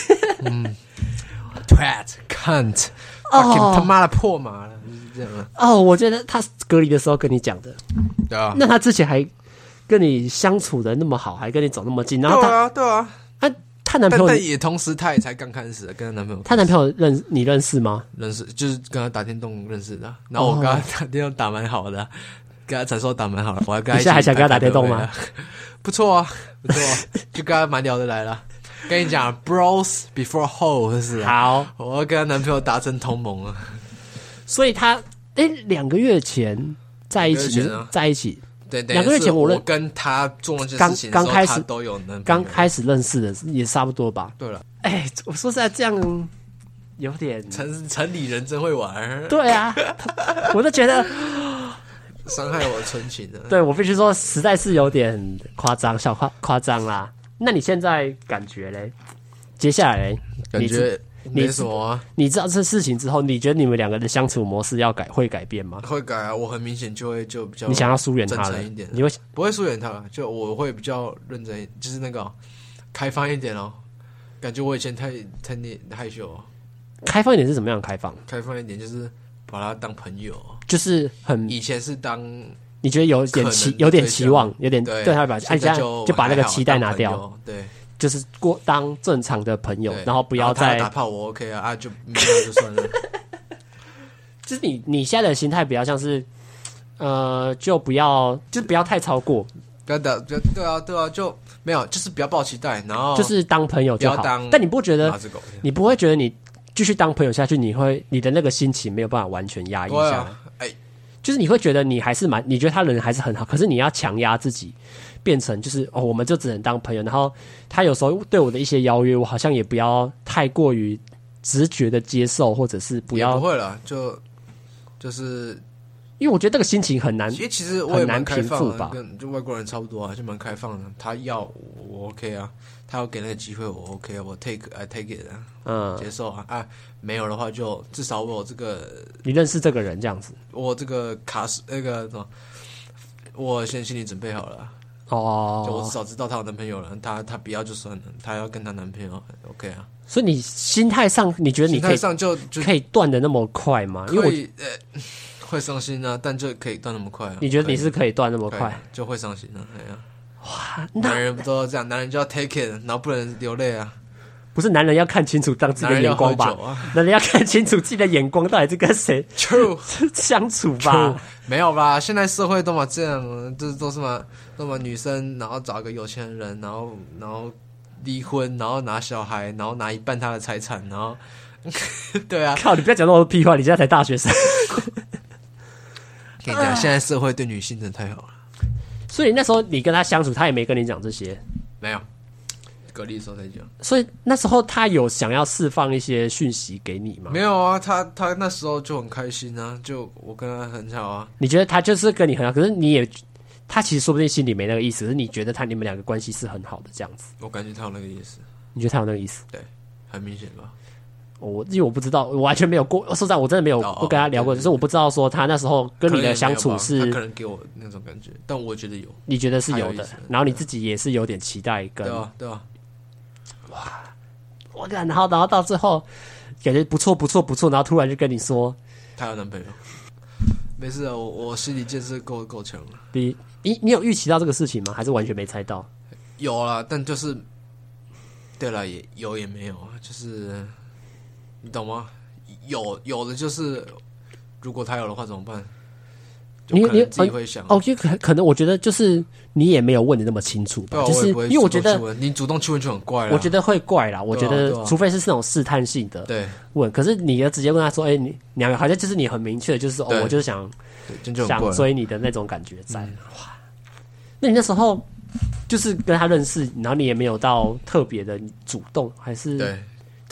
A: <laughs>
B: twat cunt，fucking 他妈的破马了，就是这样啊，
A: 哦，我觉得他隔离的时候跟你讲的，
B: 对啊。
A: 那他之前还跟你相处的那么好，还跟你走那么近，然后
B: 对
A: 他
B: 啊，对啊，
A: 他、他男朋
B: 但
A: 友
B: 但也同时，她也才刚开始跟她男朋友
A: 他男朋友认你认识吗？
B: 认识，就是跟她打电动认识的。然
A: 哦
B: 后我跟她打电动打蛮好的，跟她才说打蛮好的，我还跟她
A: 你现在还想跟她
B: 她
A: 打电动吗？
B: <laughs> 不错啊，不错，啊， <laughs> 就跟她蛮聊得来了。跟你讲，bros 啊 before hoes，啊
A: 好，
B: 我要跟她男朋友达成同盟啊了。
A: 所以他哎，两、个月前在一起，
B: 两个月前啊
A: 在一起
B: 对，等于
A: 两个月
B: 是
A: 前我
B: 我
A: 认
B: 跟她做那件
A: 刚
B: 事情的
A: 刚
B: 时候
A: 开始
B: 她都有男朋
A: 刚
B: 友。
A: 开始认识的也差不多吧。
B: 对了，
A: 哎、我说实在这样有点，
B: 城城里人真会玩儿，
A: 对啊，他我都觉得，
B: 伤害我纯情啊的。
A: 对我必须说，实在是有点夸张，小夸夸张啦。那你现在感觉嘞？接下来嘞
B: 感
A: 你知
B: 觉没什么啊。
A: 你知道这事情之后，你觉得你们两个的相处模式要改会改变吗？
B: 会改啊，我很明显就会就比较
A: 你想要疏远他
B: 真
A: 了
B: 诚一点，啊
A: 你会
B: 不会疏远他了，就我会比较认真，就是那个哦、开放一点哦。感觉我以前太太内害羞、哦，
A: 开放一点是怎么样的开放？
B: 开放一点就是把他当朋友哦。
A: 就是很
B: 以前是当
A: 你觉得有点
B: 可
A: 期
B: 能，
A: 有点
B: 对
A: 期
B: 象
A: 望，有点
B: 对
A: 对他的表现，哎，
B: 现
A: 这样
B: 在就
A: 就把那个
B: 还好
A: 期待拿掉
B: 当，朋友对
A: 就是过当正常的朋友
B: 对，，
A: 然后不要
B: 他
A: 再
B: 打炮我 OK 啊啊就没有就算了， <laughs>
A: 就是你你现在的心态比较像是，呃，就不要就不要太超过，
B: 不要打不要对啊对啊就没有就是不要抱期待，然后
A: 就是当朋友就
B: 哦不
A: 好
B: 要当。
A: 但你不觉
B: 拿
A: 得
B: 着狗，
A: 你不会觉得你继续当朋友下去，你会你的那个心情没有办法完全压抑
B: 对
A: 下来，
B: 啊哎
A: 就是你会觉得你还是蛮，你觉得他人还是很好，可是你要强压自己，变成就是哦，我们就只能当朋友。然后他有时候对我的一些邀约，我好像也不要太过于直觉的接受，或者是不
B: 也
A: 要，
B: 不会了就就是
A: 因为我觉得这个心情很难
B: 其。实其实我也蛮开
A: 很
B: 放
A: 难平复
B: 的
A: 吧，
B: 跟就外国人差不多啊，就蛮开放的。他要我我 OK 啊，他要给那个机会我 OK，啊我 take I take it 啊，
A: 嗯，
B: 接受啊啊，没有的话就至少我有这个
A: 你认识这个人这样子，
B: 我这个卡是那个什么我先心理准备好了，啊就我至
A: 哦，
B: 少知道她有男朋友了，她她不要就算了，她要跟她男朋友，OK 啊，
A: 所以你心态上，你觉得你
B: 心
A: 可
B: 态
A: 以
B: 上就就
A: 可以断的那么快吗？因为
B: 可
A: 我
B: 以呃会伤心啊，但就可以断那么快啊，
A: 你觉得
B: 可以
A: 你是可以断那么
B: 可以
A: 快，
B: 就会伤心啊，哎呀、
A: 那
B: 男人不都这样，男人就要 take it，然后不能流泪 <laughs> 啊，
A: 不是男人要看清楚当自己
B: 男
A: 的
B: 人
A: 眼
B: 要喝
A: 光
B: 酒
A: 吧？
B: 啊
A: 男人要看清楚自己的眼光到底是跟谁
B: ，true。
A: 相处吧。
B: 没有吧？现在社会都嘛这样，就是都是嘛，都嘛女生，然后找个有钱人，然后然后离婚，然后拿小孩，然后拿一半他的财产，然后 <laughs> 对啊，
A: <laughs> 靠，你不要讲那么多屁话，你现在才大学生，
B: 跟你讲，现在社会对女性真的太好了。
A: <laughs> 所以那时候你跟他相处，他也没跟你讲这些。
B: 没有，隔离的时候再讲。
A: 所以那时候他有想要释放一些讯息给你吗
B: 没？有啊，他他那时候就很开心啊，就我跟他很好啊。
A: 你觉得他就是跟你很好，可是你也他其实说不定心里没那个意思，可是你觉得他你们两个关系是很好的这样子，
B: 我感觉他有那个意思，
A: 你觉得他有那个意思？
B: 很明显吧？
A: 我因为我不知道，我完全没有过，说实在，我真的没有
B: 哦哦
A: 不跟他聊过，
B: 对对
A: 只是我不知道说他那时候跟
B: 可
A: 你
B: 能也没
A: 的
B: 有
A: 相处
B: 吧他可
A: 是
B: 能给我那种感觉，但我觉得有，
A: 你觉得是
B: 他有
A: 有
B: 意
A: 的
B: 思，
A: 然后你自己也是有点期待跟
B: 对啊，对啊，
A: 我感，然后然后到最后感觉不错不错不错，然后突然就跟你说
B: 她有男朋友。没事啊，我我心理建设够够强了。
A: 你你你有预期到这个事情吗？还是完全没猜到？
B: 有啦，但就是，对了，也有也没有啊，就是，你懂吗？有有的就是，如果他有的话怎么办？就
A: 你
B: 可
A: 你
B: 能自己会想，
A: 哦，就可可能我觉得就是你也没有问的那么清楚
B: 对
A: 吧，
B: 啊，
A: 就
B: 我
A: 是
B: 也不会
A: 因为我
B: 主
A: 觉
B: 动
A: 得
B: 去问你主动去问就很怪啊了。
A: 我觉得会怪啦，我觉得
B: 对啊
A: 除非是这种试探性的
B: 对，
A: 问，可是你要直接问他说，哎，你两个好像就是你很明确，就是哦，
B: 对
A: 我就是想
B: 对真就很怪啊嗯
A: 想
B: 了。
A: 追你的那种感觉在。哇，那你那时候就是跟他认识，然后你也没有到特别的主动，还是
B: 对，
A: 嗯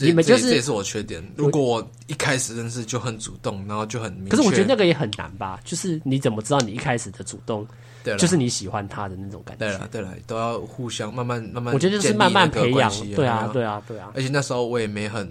A: 你们
B: 这
A: 就是
B: 这也是我缺点。如果我一开始认识就很主动，然后就很明确，
A: 可是我觉得那个也很难吧，就是你怎么知道你一开始的主动
B: 对啦
A: 就是你喜欢他的那种感
B: 对
A: 觉？
B: 了对了，都要互相慢慢慢慢，
A: 我觉得就是慢慢培养，对
B: 啊
A: 啊，对啊，对啊。
B: 而且那时候我也没很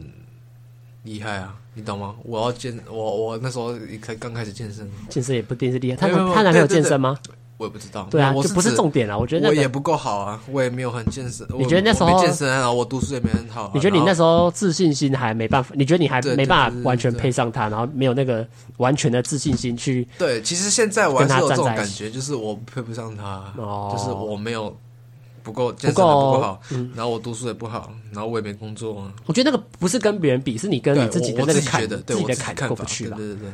B: 厉害啊，你懂吗？我要健，我我那时候才刚开始健身，
A: 健身也不一定是厉害，他
B: 没有没
A: 男
B: 有
A: 他男朋友
B: 对对
A: 健身吗？
B: 我也不知道。
A: 对啊，
B: 我
A: 就不是
B: 指
A: 重点啊。我觉得
B: 我
A: 那
B: 也
A: 个，
B: 不够好啊，我也没有很健身。我
A: 你觉得那时候
B: 我没健身啊？我读书也没很好啊、
A: 你觉得你那
B: 然
A: 时候自信心还没办法，你觉得你还
B: 对对
A: 没办
B: 对
A: 法
B: 对
A: 完全
B: 对
A: 配上他，然后没有那个完全的自信心去
B: 后对，其实现在我还是有这
A: 跟
B: 种
A: 他站在
B: 感
A: 一起
B: 觉，就是我配不上他，
A: 哦嗯
B: 就是我没有不够健身
A: 不
B: 的
A: 够
B: 不够好，然后我读书也不好，然后我也没工作、啊。
A: 我觉得那个不是跟别人比，是你跟
B: 对
A: 你自己的
B: 我
A: 那个
B: 我自己
A: 坎，
B: 觉得对
A: 己
B: 我
A: 的
B: 自己
A: 坎
B: 看
A: 过不
B: 法
A: 去
B: 对
A: 吧。
B: 对对对。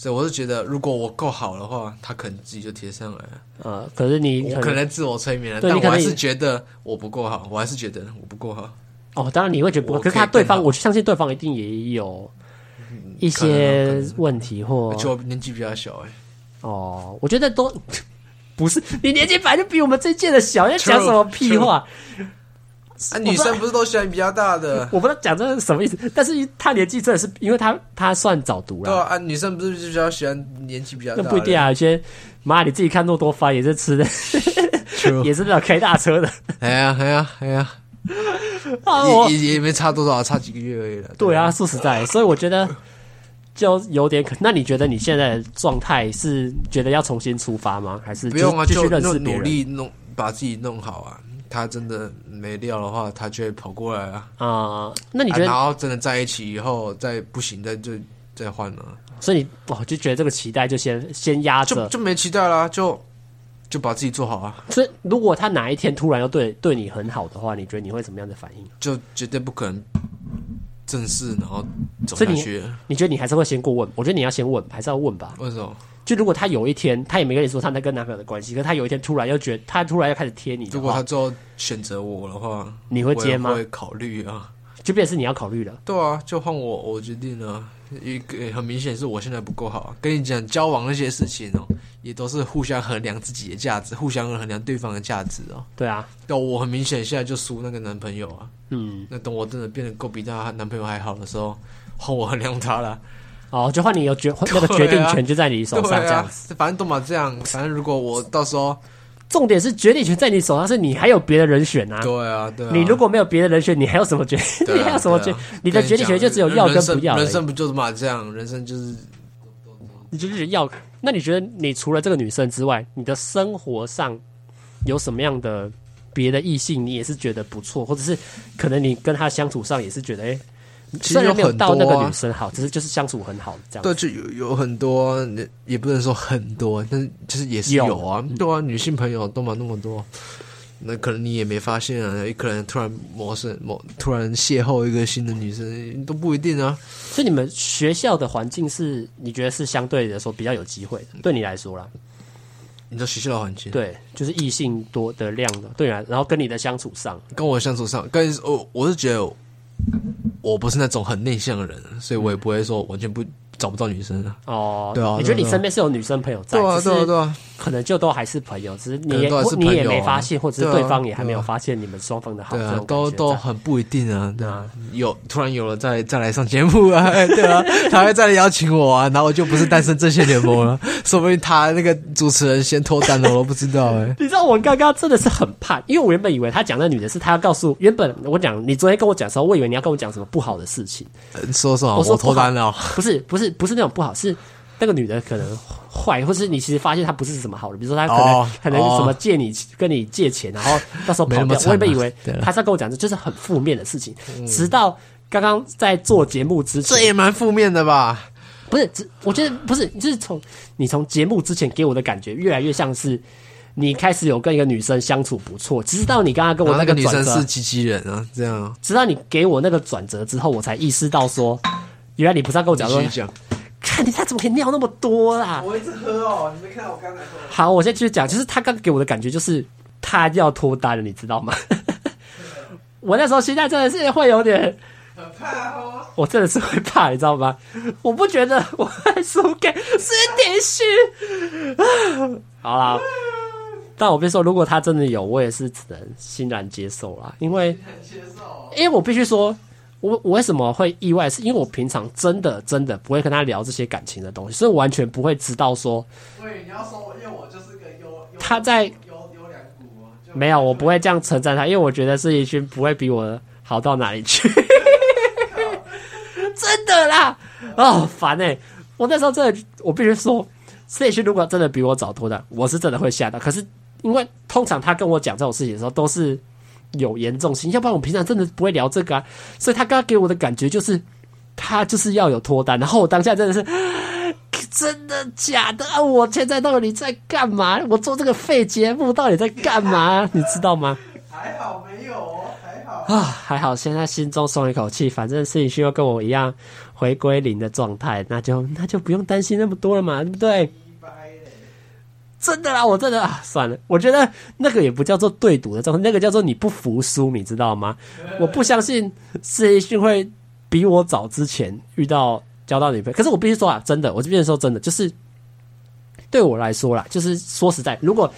B: 所以我是觉得，如果我够好的话，他可能自己就贴上来了。
A: 呃，可是你
B: 我可能自我催眠了，
A: 对
B: 但
A: 你可
B: 我
A: 能
B: 还
A: 也
B: 是觉得我不够好，我还是觉得我不够好。
A: 哦，当然你会觉得不够，
B: 我
A: 可是
B: 可以
A: 他对
B: 更
A: 方，
B: 好
A: 我相信对方一定也有一
B: 可能啊可
A: 些问题或
B: 而且我年纪比较小、哎，
A: 哦，我觉得都不是你年纪本来就比我们这届的小，要讲
B: True，
A: 什么屁话？
B: 啊，女生不是都喜欢比较大的？
A: <laughs> 我不知道讲这是什么意思，但是他年纪真的是，因为他他算早读
B: 对
A: 了，
B: 啊，啊女生不是比较喜欢年纪比较大
A: 那
B: 的？
A: 不一定啊。有些妈你自己看诺多翻也是吃的，也是那种开大车的
B: 哎呀，哎呀，哎呀，
A: 啊，我
B: 也也也没差多少，差几个月而已了。
A: 对啊，说实在，所以我觉得就有点可。那你觉得你现在的状态是觉得要重新出发吗？还是
B: 不用啊，
A: 继续
B: 就
A: 认
B: 就
A: 识别
B: 努
A: 人
B: 力弄把自己弄好啊。他真的没料的话，他就会跑过来啊。
A: 啊、那你
B: 啊
A: 觉得？
B: 然后真的在一起以后，再不行再就再换了，
A: 所以你哦，就觉得这个期待就先先压
B: 就
A: 着。
B: 就没期待啦，就就把自己做好啊，
A: 所以如果他哪一天突然又对对你很好的话，你觉得你会怎么样的反应？
B: 就绝对不可能正式然后走
A: 所以
B: 下
A: 你
B: 去。
A: 你觉得你还是会先过问？我觉得你要先问，还是要问吧。
B: 为什么？
A: 就如果他有一天他也没跟你说他在跟男朋友的关系，可是他有一天突然又觉得他突然要开始贴你的
B: 如果
A: 话
B: 他，最后选择我的话，
A: 你会
B: 我
A: 接
B: 也
A: 吗
B: 会？考虑啊。
A: 就变成是你要考虑了。
B: 对啊，就换我我决定了、一个很明显是我现在不够好、啊，跟你讲交往那些事情哦，也都是互相衡量自己的价值，互相衡量对方的价值哦。
A: 对啊，
B: 对，我很明显现在就输那个男朋友啊。
A: 嗯，
B: 那等我真的变得够比她男朋友还好的时候，换我衡量他了。
A: 哦，就换你有决那个决定权就在你手上
B: 对
A: 这样
B: 啊
A: 子。，
B: 反正都嘛这样，反正如果我到时候，
A: 重点是决定权在你手上，是你还有别的人选啊。
B: 对啊，对啊，
A: 你如果没有别的人选，你还有什么决？ <laughs>
B: 对啊
A: 你还有什么决
B: 对啊？
A: 你的决定权就只有要跟不要
B: 人
A: 而
B: 生
A: 已。
B: 不就是嘛这样，人生就是都都
A: 你就是要，那你觉得你除了这个女生之外，你的生活上有什么样的别的异性，你也是觉得不错，或者是可能你跟她相处上也是觉得，哎、
B: 其
A: 虽
B: 实有
A: 然没有
B: 很多、
A: 到
B: 啊、
A: 那个女生好，只是就是相处很好这样。
B: 对，就有有很多啊，你也不能说很多，但是就是也是
A: 有
B: 有啊，对啊，女性朋友都嘛那么多，那可能你也没发现啊，也可能突然陌生，某突然邂逅一个新的女生都不一定啊。
A: 所以你们学校的环境是你觉得是相对来说比较有机会的，
B: 嗯
A: 对你来说啦，
B: 你知道学校的环境，，
A: 对，就是异性多的量的，对啊，然后跟你的相处上，
B: 跟我相处上，跟我我是觉得我不是那种很内向的人，所以我也不会说完全不找不到女生啊。
A: 哦，
B: 对啊
A: 你觉得
B: 对啊
A: 你身边是有女生朋友在，
B: 对啊，
A: 只
B: 对啊，
A: 是
B: 对啊，
A: 可能就都还是朋友，只是你
B: 可能
A: 也
B: 都还是
A: 你也
B: 朋
A: 没
B: 友啊
A: 发现，或者是
B: 对啊
A: 对方也还没有
B: 对啊
A: 发现你们双方的好，
B: 对
A: 这
B: 啊
A: 种，
B: 都
A: 感觉
B: 都
A: 在
B: 很不一定啊，对啊
A: 啊，
B: 有突然有了再再来上节目啊， <laughs> 哎对
A: <laughs>
B: 啊，他会再来邀请我啊，然后我就不是单身阵线联盟了， <laughs> 说不定他那个主持人先脱单了，我都不知道
A: <laughs>
B: 哎、
A: 你知道我刚刚真的是很怕，因为我原本以为他讲那女的是他要告诉，原本我讲你昨天跟我讲的时候，我以为你要跟我讲什么不好的事情， <laughs>
B: 呃说什么？
A: 我
B: 我
A: 说
B: 脱单了哦，
A: 不是不是不是那种不好，是那个女的可能坏，或是你其实发现她不是什么好人，比如说她可能、
B: 哦
A: 可能什么借你、跟你借钱，然后到
B: <laughs>
A: 时候跑
B: 没那么
A: 掉，我
B: 惨啊嗯
A: 原本以为
B: 对了
A: 她是要跟我讲的就是很负面的事情，直到刚刚在做节目之前
B: <laughs> 这，也蛮负面的吧？
A: 不是，只我觉得不是，就是从你从节目之前给我的感觉，越来越像是你开始有跟一个女生相处不错，直到你刚刚跟
B: 然
A: 我那
B: 后
A: 个
B: 那个女
A: 转
B: 生
A: 折
B: 是，机器人啊，这样啊
A: 直到你给我那个转折之后，我才意识到说，原来你不是要跟我讲
B: 继
A: 说
B: 续，讲。
A: 看你他怎么可以尿那么多啊啦？
B: 我一直喝哦，你没看到我刚才喝？
A: 好，我现在继续讲，就是他刚给我的感觉就是他要脱单了，你知
B: <laughs>
A: 道吗？我那时候心态真的是会有点
B: 很怕哦。
A: 我真的是会怕，你知道吗？我不觉得我会输给史铁旭。 <laughs> 好啦，但我必须说，如果他真的有，我也是只能欣然接受啦，因为因为我必须说，我我为什么会意外，是因为我平常真的真的不会跟他聊这些感情的东西，所以我完全不会知道说
C: 对，你要说我，因为我就是个优优
A: 他在
C: 优优良股哦，就
A: 没有，我不会这样称赞他，因为我觉得施一勋不会比我好到哪里去， <laughs> 真的啦，哦，烦哎、我那时候真的，我必须说，施一勋如果真的比我早脱单，我是真的会吓到。可是因为通常他跟我讲这种事情的时候，都是有严重性，要不然我平常真的不会聊这个啊。所以他刚刚给我的感觉就是，他就是要有脱单，然后我当下真的是。真的假的啊？我现在到底在干嘛？我做这个废节目到底在干嘛？你知道吗？
C: 还好没有哦，还好。
A: 啊，还好现在心中松了一口气，反正事情需要跟我一样回归零的状态，那就那就不用担心那么多了嘛，对不对？真的啦，我真的啊，算了，我觉得那个也不叫做对赌的状态，那个叫做你不服输，你知道吗？我不相信世一勋会比我早之前遇到交到女朋友，可是我必须说啊，真的，我这边说真的，就是对我来说啦，就是说实在，如果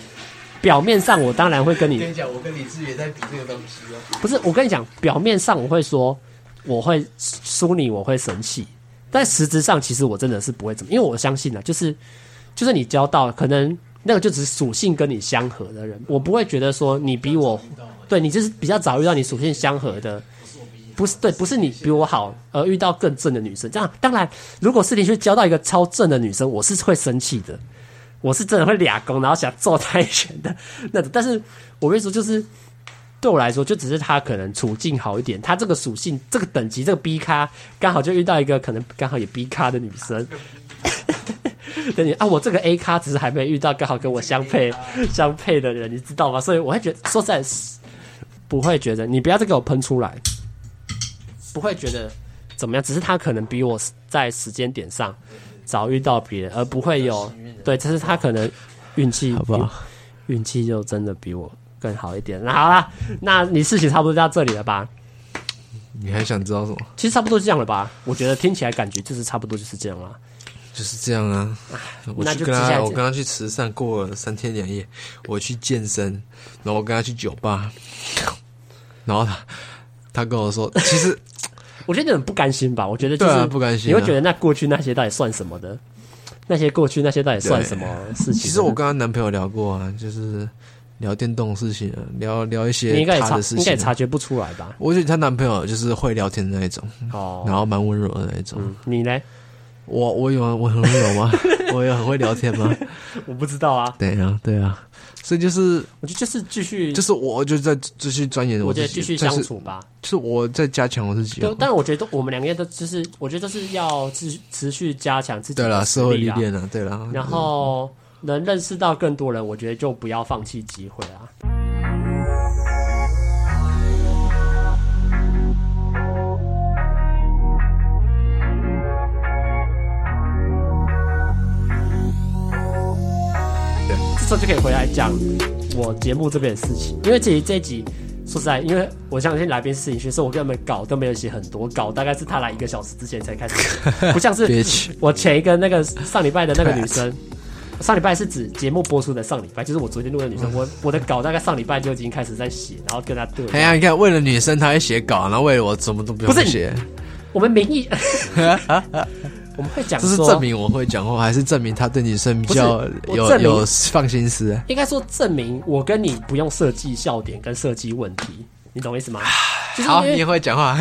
A: 表面上我当然会跟你
B: 你讲，我跟李志也在比这个东西哦。
A: 不是，我跟你讲，表面上我会说我会输你，我会生气，但实质上其实我真的是不会怎么，因为我相信啊，就是就是你交到可能那个就只是属性跟你相合的人，我不会觉得说你比我对你就是比较早遇到你属性相合的。不是对，不是你比我好，而遇到更正的女生。这样当然，如果是你去交到一个超正的女生，我是会生气的，我是真的会俩攻，然后想揍她一拳的那种。但是我会说，就是对我来说，就只是他可能处境好一点，他这个属性、这个等级、这个 B 咖，刚好就遇到一个可能刚好也 B 咖的女生。等你啊，我这个 A 咖只是还没遇到刚好跟我相配相配的人，你知道吗？所以我会觉得，说实在是，不会觉得你不要再给我喷出来，不会觉得怎么样，只是他可能比我在时间点上早遇到别人，而不会有对，只是他可能运气
B: 好不好
A: 运气就真的比我更好一点。那好啦，那你事情差不多到这里了吧？
B: 你还想知道什么？
A: 其实差不多是这样了吧？我觉得听起来感觉就是差不多就是这样啦。
B: 就是这样啊，我
A: 那
B: 去
A: 就
B: 跟
A: 接下
B: 他，
A: 来
B: 我跟他去慈善过了三天两夜，我去健身，然后我跟他去酒吧，然后他他跟
A: <laughs>
B: 我说，其实
A: 我觉得你很不甘心吧？我觉得就
B: 对
A: 是、
B: 啊，不甘心、
A: 你
B: 啊。
A: 会觉得那过去那些到底算什么的？那些过去那些到底算什么事情？
B: 其实我跟她男朋友聊过啊，就是聊电动的事情、啊，聊聊一
A: 你
B: 些
A: 应该也
B: 她
A: 察
B: 的事
A: 应该
B: 情
A: 也
B: 啊、
A: 察觉不出来吧？
B: 我觉得她男朋友就是会聊天的那一种，
A: 哦，
B: 然后蛮温柔的那一种。
A: 嗯，你嘞？
B: 我我有我很会有
A: <laughs>
B: 吗？我有很会聊天吗？
A: 我不知道啊，
B: 对啊，对啊，所以就是
A: 我觉得就是继续，
B: 就是我就在继续钻研
A: 我
B: 自
A: 觉
B: 己，
A: 得继续
B: 但
A: 相
B: 是
A: 处吧。
B: 就是我在加强我自己啊、
A: 就但我觉得我们两个都就是，我觉得都是要持持续加强自己
B: 对了，
A: 的实
B: 社会
A: 力
B: 历
A: 啦，
B: 练啊，对了，
A: 然后能认识到更多人，我觉得就不要放弃机会啊。
B: 对
A: 这时候就可以回来讲我节目这边的事情，因为其实这一集说实在，因为我相信来宾事情学是我跟他们搞都没有写很多稿，大概是他来一个小时之前才开始写，不像是
B: 别去
A: 我前一个那个上礼拜的那个女生，上礼拜是指节目播出的上礼拜，就是我昨天录的女
B: 嗯
A: 生，我我的稿大概上礼拜就已经开始在写，然后跟她对。
B: 哎呀，你看，为了女生她会写稿，然后为了我什么都不
A: 不是
B: 用写，
A: 我们名
B: <laughs>
A: 义，我们会讲
B: 这是
A: 说
B: 证明我会讲话，还是证明她对女生比较
A: 不是我
B: 有
A: 证明
B: 有放心思？
A: 应该说证明我跟你不用设计笑点跟设计问题，你懂我意思吗？就是
B: 好，
A: 因
B: 你也
A: 为
B: 会
A: <laughs>
B: 讲话，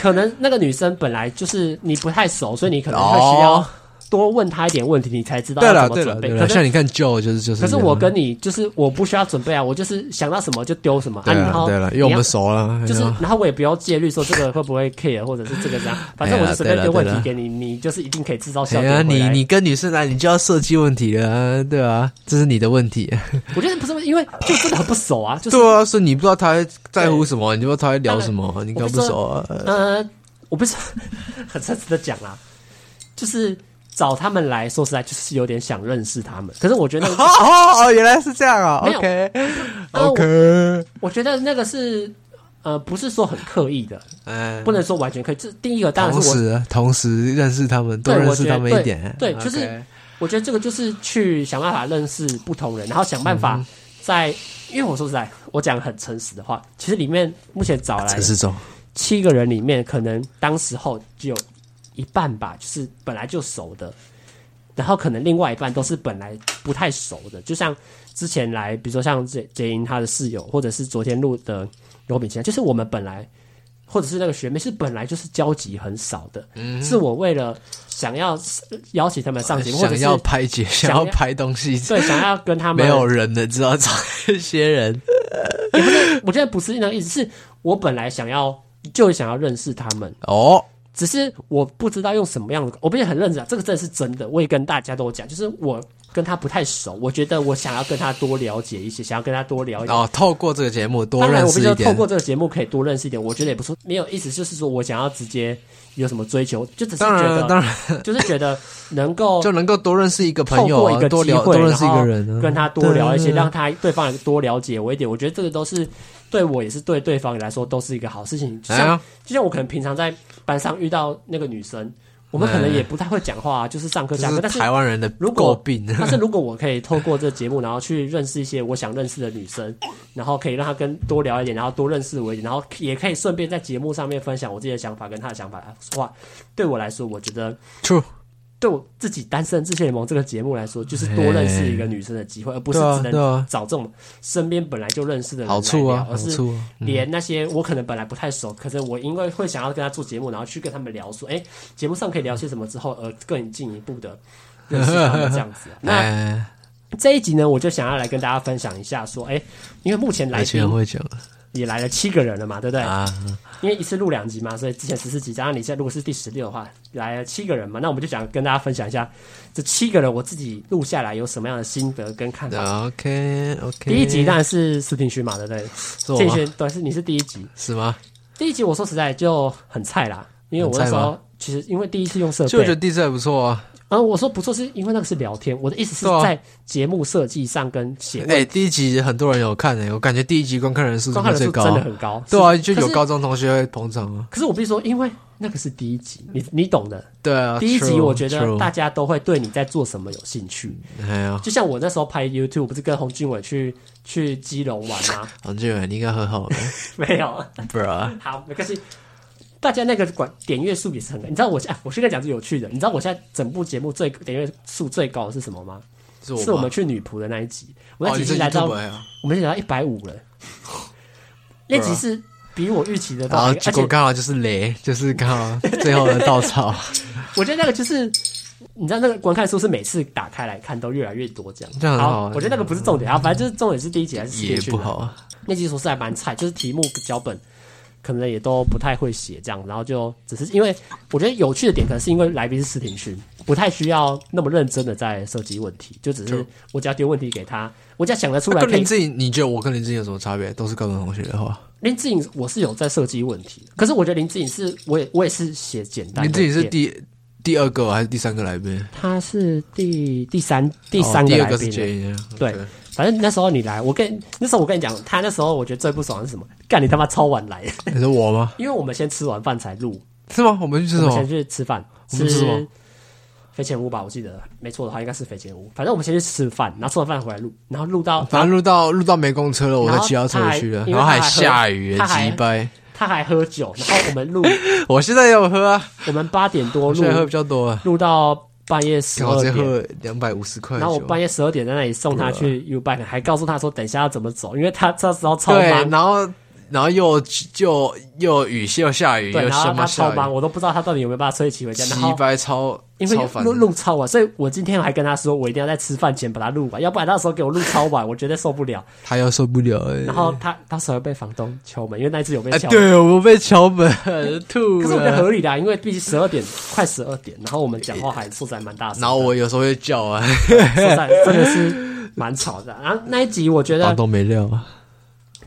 A: 可能那个女生本来就是你不太熟，所以你可能会需要
B: 哦
A: 多问她一点问题，你才知道
B: 对
A: 要
B: 了，
A: 怎么
B: 对
A: 准
B: 了，
A: 备。
B: 对
A: 可
B: 了，
A: 是
B: 像你看 Joe 就是就是
A: 可
B: 这样啊，
A: 是我跟你就是我不需要准备啊，我就是想到什么就丢什么，
B: 对
A: 啊、然
B: 了
A: 后
B: 对了，因
A: 你
B: 为我
A: 要
B: 们熟了，
A: 就是
B: 然后，
A: 然后我也不要戒律说这个会不
B: <laughs>
A: 会 care，或者是这个这样，反正我就随便丢问题给你，你就是一定可以制造笑
B: 哎
A: 点
B: 呀，
A: 回
B: 你
A: 来。
B: 你跟女生来，你就要设计问题了啊，对啊，这是你的问题，
A: 我觉得不是因为就真的很不熟啊，就是
B: 对啊，是你不知道她在乎什么，你不知道她会聊什么，你
A: 我不
B: 跟她不
A: 知道
B: 熟啊，呃
A: 呃，我不是很诚实的讲啦，就是找他们来说实在就是有点想认识他们，可是我觉得那
B: <laughs>
A: 个
B: 哦哦哦，原来是这样啊
A: 没有
B: ，OK
A: 呃我
B: OK，
A: 我觉得那个是呃不是说很刻意的，
B: 哎
A: 不能说完全刻意。这第一个当然
B: 同
A: 是我
B: 时同时认识他们，多
A: 对
B: 认
A: 我
B: 识
A: 觉得
B: 他们
A: 对
B: 一点。
A: 对就是我觉得这个就是去想办法认识不同人，然后想办
B: 嗯
A: 法在，因为我说实在，我讲很诚实的话，其实里面目前找来
B: 陈世忠，
A: 七个人里面，可能当时候就有一半吧，就是本来就熟的，然后可能另外一半都是本来不太熟的，就像之前来，比如说像杰杰英他的室友，或者是昨天录的罗炳强，就是我们本来。或者是那个学妹是本来就是交集很少的，
B: 嗯
A: 是我为了想要邀请他们上节目，或者
B: 想
A: 是
B: 要拍节，想
A: 要
B: 要拍东西，
A: 对，想要跟他们
B: <laughs> 没有，人能知道找一些人。
A: 我觉得不是那个意思，是我本来想要就想要认识他们，
B: 哦，
A: 只是我不知道用什么样的，我不是很认真啊，这个真的是真的，我也跟大家都讲，就是我跟他不太熟，我觉得我想要跟他多了解一些，想要跟他多聊一点。
B: 哦，透过这个节目多
A: 当然，
B: 认
A: 我
B: 识
A: 们
B: 一
A: 就透
B: 点
A: 过。这个节目可以多认识一点，我觉得也不错。没有意思，就是说我想要直接有什么追求，就只是
B: 当
A: 觉
B: 然，当
A: 得，
B: 然
A: 就是觉得能够
B: <laughs> 就能够多认识一个
A: 透
B: 朋友
A: 过一
B: 啊，
A: 个
B: 多
A: 机
B: 聊
A: 会，
B: 多认
A: 然
B: 识一
A: 后
B: 个人啊，
A: 跟他多聊一些，
B: 对
A: 让他对方也多了解我一点。我觉得这个都是对我也是对对方也来说都是一个好事情。就
B: 哎
A: 像
B: 呀
A: 就像我可能平常在班上遇到那个女生，我们可能
B: 哎
A: 也不太会讲话、啊，就是上课
B: 这
A: 下课，
B: 是
A: 但是
B: 台湾人的
A: 如果
B: 诟病。
A: 但
B: <laughs>
A: 是如果我可以透过这节目，然后去认识一些我想认识的女生，然后可以让她跟多聊一点，然后多认识我一点，然后也可以顺便在节目上面分享我自己的想法跟她的想法的话，对我来说，我觉得
B: True，
A: 对我自己《单身之前联盟》这个节目来说，就是多认识一个女生的机会，而不是
B: 对啊
A: 只能
B: 对啊
A: 找这种身边本来就认识的人
B: 好处
A: 来
B: 啊，
A: 聊
B: 好
A: 而是
B: 处啊。
A: 连那些我可能本来不太熟，可是我因为会想要跟他做节目，然后去跟他们聊说，哎，节目上可以聊些什么之后，而更进一步的认识他们这样
B: <laughs>
A: 子。那
B: 哎，
A: 这一集呢，我就想要来跟大家分享一下，说，哎，因为目前来
B: 而且
A: 宾
B: 很会讲
A: 也来了七个人了嘛，对不对？
B: 啊，
A: 因
B: 因
A: 为一次录两集嘛，所以之前十四集加上你现在如果是第十六的话，来了七个人嘛，那我们就想跟大家分享一下这七个人我自己录下来有什么样的心得跟看法。
B: OK OK，
A: 第一集当然是四平区嘛，对不对？
B: 是我
A: 建
B: 吗？
A: 轩对，是你是第一集，
B: 是吗？
A: 第一集我说实在就很菜啦，因为我那时候其实因为第一次用设
B: 就我觉得
A: 备，
B: 第四还不错啊。
A: 然后我说不错，是因为那个是聊天，我的意思
B: 对
A: 是
B: 啊
A: 在节目设计上跟写
B: 哎、第一集很多人有看诶、欸我感觉第一集观看人数
A: 观看人
B: 最
A: 数
B: 高
A: 真
B: 啊，
A: 的很高，
B: 对啊，
A: 是
B: 就有。
A: 可是
B: 高中同学会捧场啊。
A: 可是我必须说，因为那个是第一集，你你懂的。
B: 对啊，
A: 第一集
B: true，
A: 我觉得
B: true
A: 大家都会对你在做什么有兴趣，
B: 哎呀，
A: 就像我那时候拍 YouTube，不是跟洪俊伟去去基隆玩
B: <laughs>
A: 吗？
B: 黄俊伟，你应该
A: <laughs>
B: 很好的
A: 没有，
B: ，bro。
A: 好，没关系。大家那个管点阅数也是很高，你知道我现、啊、我现在讲是有趣的，你知道我现在整部节目最点阅数最高的是什么吗？
B: 是
A: 是我
B: 吗
A: 们去女仆的那一集，我
B: 哦，
A: 那
B: 你
A: 集
B: 是
A: 是来到、
B: YouTuber 呀
A: 我们已经来到一百
B: <laughs>
A: 五了，那集是比我预期的
B: 然
A: 到，
B: 后
A: 而
B: 啊结
A: 且
B: 果刚好就是雷，就是刚好最后的稻草。
A: 我觉得那个就是，你知道那个观看数是每次打开来看都越来越多这样。
B: 这样很好啊
A: 我觉得那个不是重点啊，反正就是重点是第一 <laughs> 集还是实
B: 也
A: 验训
B: 不
A: 练
B: 好啊。
A: 那技术是还蛮菜，就是题目脚本可能也都不太会写这样，然后就只是因为我觉得有趣的点，可能是因为来宾是史廷勋，不太需要那么认真的在设计问题，就只是
B: 就我
A: 我只要丢问题给他，我只要想得出
B: 那
A: 来
B: 啊跟
A: 可以。
B: 林志颖，你觉得我跟林志颖有什么差别？都是高中同学啊的话，
A: 林志颖我是有在设计问题的，可是我觉得林志颖是我也我也是写简单的
B: 林志颖是
A: 点
B: 第第二个还是第三个来宾？
A: 他是第第三第三
B: 哦
A: 个
B: 第二
A: 来
B: 个
A: 宾
B: 是
A: 了、
B: 杰英啊，
A: <laughs> 对
B: OK
A: 反正那时候你来，我跟那时候我跟你讲，他那时候我觉得最不爽的是什么？干你他妈超晚来， <laughs>
B: 你说我吗？
A: 因为我们先吃完饭才录，
B: 是吗？我们去吃什
A: 我们先
B: 么？
A: 去吃饭，
B: 我们吃什么
A: 肥前屋吧，我记得没错的话应该是肥前屋。反正我们先去吃饭，然后吃完饭回来录，然后录到
B: 反正录到录到没公车了，我再骑到车回去了，
A: 然后他还因为他还喝他
B: 然后还下雨，
A: 还
B: 鸡掰！
A: 他还喝
B: <laughs>
A: 酒，然后我们录，
B: 我现在也有喝啊，
A: 我们八点多
B: 我
A: 录
B: 现在喝比较多啊，
A: 录到半夜十
B: 刚好
A: 二
B: 直接
A: 点。
B: 喝啊两百五十块
A: 然后我
B: 酒。
A: 半夜十二点在那里送他去 U bike，还告诉他说等一下要怎么走，因为他这时候超
B: 对，
A: 忙，
B: 然后然后又又又雨，又下雨，
A: 对，
B: 又
A: 然后
B: 什
A: 他
B: 么啊
A: 超
B: 下
A: 忙，
B: 雨，
A: 我都不知道他到底有没有办法吹起回家。然
B: 鸡
A: 后
B: 掰超
A: 因
B: 超
A: 为
B: 烦
A: 录。录超晚，所以我今天还跟他说，我一定要在吃饭前把它录完，要不然那时候给我录超晚，我 <laughs> 绝对受不了。
B: 他又受不了哎
A: 然后他当时还被房东敲门，因为那一次有被
B: 哎，
A: 敲门。
B: 对我被敲门吐
A: 可是我觉得
B: 了。
A: 合理的、啊，因为毕竟十二点快十二点，然后我们讲话还说实还蛮
B: <laughs>
A: 大声的，
B: 然后我有时候会叫啊，
A: 说实在真的是蛮吵的。然后那一集我觉
B: 房
A: 得
B: 东没料啊。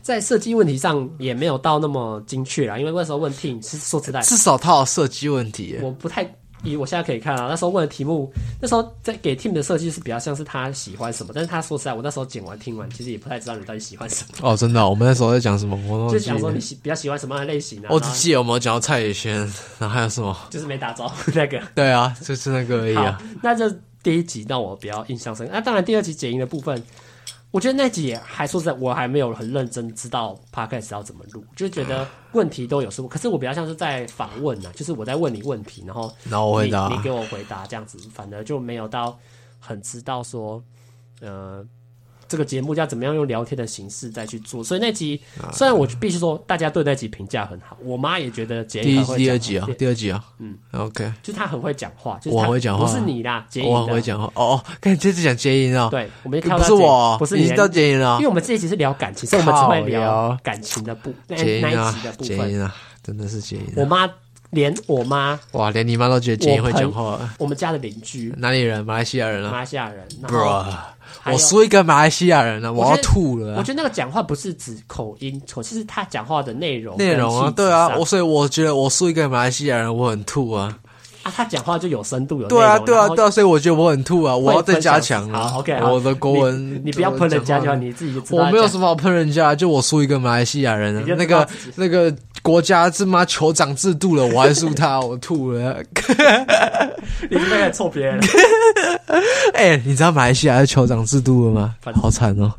A: 在设计问题上也没有到那么精确啦，因为那时候问 Tim 是说实在，
B: 至少他有设计问题耶，
A: 我不太。以我现在可以看啊，那时候问的题目，那时候在给 Tim 的设计是比较像是他喜欢什么，但是他说实在，我那时候剪完听完，其实也不太知道你到底喜欢什么，
B: 哦，真的哦，我们那时候在讲什么？我忘
A: 就
B: 记
A: 是想说
B: 了
A: 你。喜比较喜欢什么样的类型啊，
B: 我
A: 然
B: 只
A: 后
B: 记得我们有讲到蔡宇轩，然后还有什
A: <laughs>
B: 么？
A: 就是没打招呼那个。
B: 对啊，就是那个而已
A: 好
B: 啊。，
A: 那这第一集让我比较印象深刻。那啊当然，第二集解音的部分，我觉得那集也还说实在，我还没有很认真知道 podcast 要怎么录，就觉得问题都有说，可是我比较像是在访问呢、啊就是我在问你问题，然后
B: 然后我啊回
A: 你，你
B: 答
A: 给我回答这样子，反而就没有到很知道说，呃。这个节目要怎么样用聊天的形式再去做？所以那集
B: 啊
A: 虽然我必须说大家对那集评价很好，我妈也觉得杰
B: 第
A: 英
B: 一
A: 很会
B: 第
A: 讲
B: 二
A: 话
B: 集啊
A: 对，
B: 第二集啊，
A: 嗯
B: 嗯，OK，
A: 就是她很会讲话，就是
B: 我
A: 她
B: 会讲话
A: 不是你啦，杰英
B: 我
A: 的
B: 很会讲话。哦哦，看你这次讲接音啊，
A: 对，我们就跳
B: 不
A: 到
B: 是
A: 这
B: 我，
A: 不是
B: 已
A: 你
B: 经到
A: 的，
B: 接音了
A: 因为，我们这一集是聊感情，所以我们只会
B: 啊靠
A: 聊
B: 腰
A: 感情的部那
B: 接
A: 那
B: 音
A: 一集的
B: 啊，
A: 部
B: 接
A: 分。
B: 音啊，真的是接音
A: 我
B: 啊。
A: 妈连我妈，
B: 哇，连你妈都觉得接音
A: 我
B: 会
A: 朋
B: 讲话啊，
A: 我们家的邻居，
B: 哪里人？马来西亚人
A: 马
B: 啊
A: 来西亚人，然后
B: ，Bro，
A: 还有
B: 我说一个马来西亚人啊，
A: 我
B: 我
A: 觉
B: 要
A: 得
B: 吐了
A: 我
B: 啊。
A: 觉得那个讲话不是指口音错，其实她讲话的内容
B: 内容啊，
A: 跟气质
B: 对啊，
A: 上
B: 我所以我觉得我说一个马来西亚人，我很吐啊。
A: 啊，她讲话就有深度，有内容
B: 对啊，对啊，
A: 然后
B: 对啊，所以我觉得我很吐啊，我要再加强啊。
A: 好，OK，好
B: 我的国文
A: 你不要喷人家就好，
B: 讲话
A: 你自己就知道
B: 我
A: 她
B: 没有
A: 讲
B: 什么好喷人家，就我输一个马来西亚人啊
A: 你就，知
B: 那
A: 道
B: 个
A: 自己
B: 那个国家他妈酋长制度了，我还输他， <laughs> 我吐了。
A: <laughs> 你不要臭别人。 <laughs>
B: 哎、你知道马来西亚的酋长制度了吗
A: 反？
B: 好惨哦。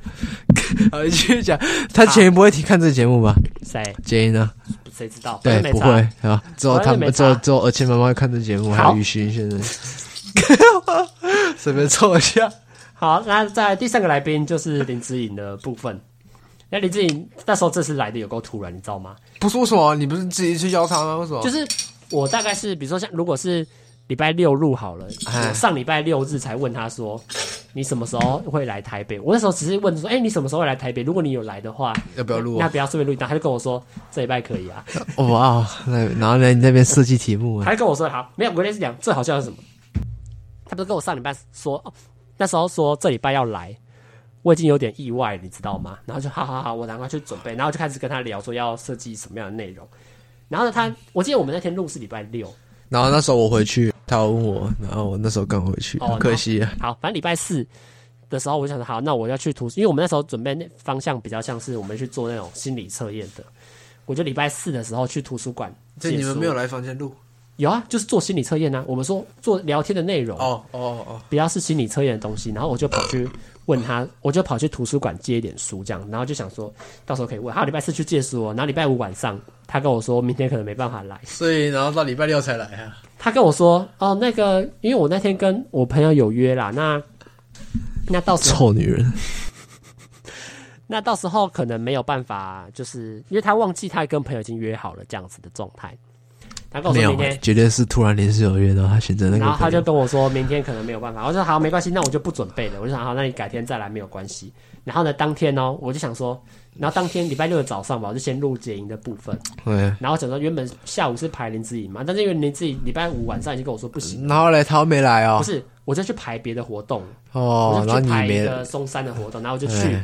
B: <laughs> 好，继
A: <laughs>
B: 续讲，他前面不会听看这个节目吧？
A: 谁
B: 杰英呢？
A: 谁知道？
B: 对
A: 反，正
B: 不
A: 没差
B: 会。啊，只有他
A: 反正没
B: 们，只
A: 差
B: 有只有而且妈妈会看这节目，还
A: 好
B: 有雨欣先生。 <laughs> 随便凑一下，
A: 好，那在第三个来宾就是林志颖的部分。那林志颖那时候这次来的有够突然，你知道吗？
B: 不是为什么？你不是自己去邀他吗？为什么？
A: 就是我大概是比如说像如果是礼拜六录好了，
B: 哎
A: 我上礼拜六日才问他说你什么时候会来台北？我那时候只是问说，哎、你什么时候会来台北？如果你有来的话，
B: 要不要录
A: 那
B: 啊？
A: 不要顺便录一段。他就跟我说这礼拜可以啊，
B: 哦哇，那然后呢？你那边设计题目啊
A: 他？就跟我说好，没有。我跟你讲，最好笑的是什么？他不是跟我上礼拜说，哦，那时候说这礼拜要来，我已经有点意外，你知道吗？然后就好好好，我赶快去准备，然后就开始跟他聊说要设计什么样的内容。然后呢，他我记得我们那天录是礼拜六，
B: 然后那时候我回去，他有问我，然后我那时候刚回去，
A: 哦
B: 很可惜啊。
A: 好，反正礼拜四的时候，我就想说好，那我要去图书，因为我们那时候准备那方向比较像是我们去做那种心理测验的。我就礼拜四的时候去图书馆借书，
B: 来房间录？
A: 有啊，就是做心理测验啊。我们说做聊天的内容，
B: 哦哦哦，
A: 不要是心理测验的东西。然后我就跑去问他，我就跑去图书馆借一点书，这样，然后就想说到时候可以问。他礼拜四去借书、哦，然后礼拜五晚上他跟我说明天可能没办法来。
B: 所以然后到礼拜六才来啊。
A: 他跟我说哦，那个因为我那天跟我朋友有约啦，那那到时候
B: 臭女人，
A: 那到时候可能没有办法，就是因为他忘记他跟朋友已经约好了这样子的状态。他跟我
B: 没
A: 说
B: 有
A: 明，天，
B: 绝对是突然临时有约，然后他选择那个
A: 然
B: 朋
A: 后他
B: 友。
A: 就跟我说明天可能没有办法。我说好，没关系，那我就不准备了。我就想好，那你改天再来没有关系。然后呢，当天哦，我就想说，然后当天礼拜六的早上吧，我就先录解营的部分。
B: 对，
A: 然后想说原本下午是排林志颖嘛，但是因为林志颖礼拜五晚上已经跟我说不行，
B: 然后嘞，他没来
A: 不
B: 哦，
A: 是，我就去排别的活动，
B: 哦
A: 我，
B: 然
A: 就去
B: 后你
A: 排一
B: 没
A: 个松山的活动，然后我就去
B: 哎，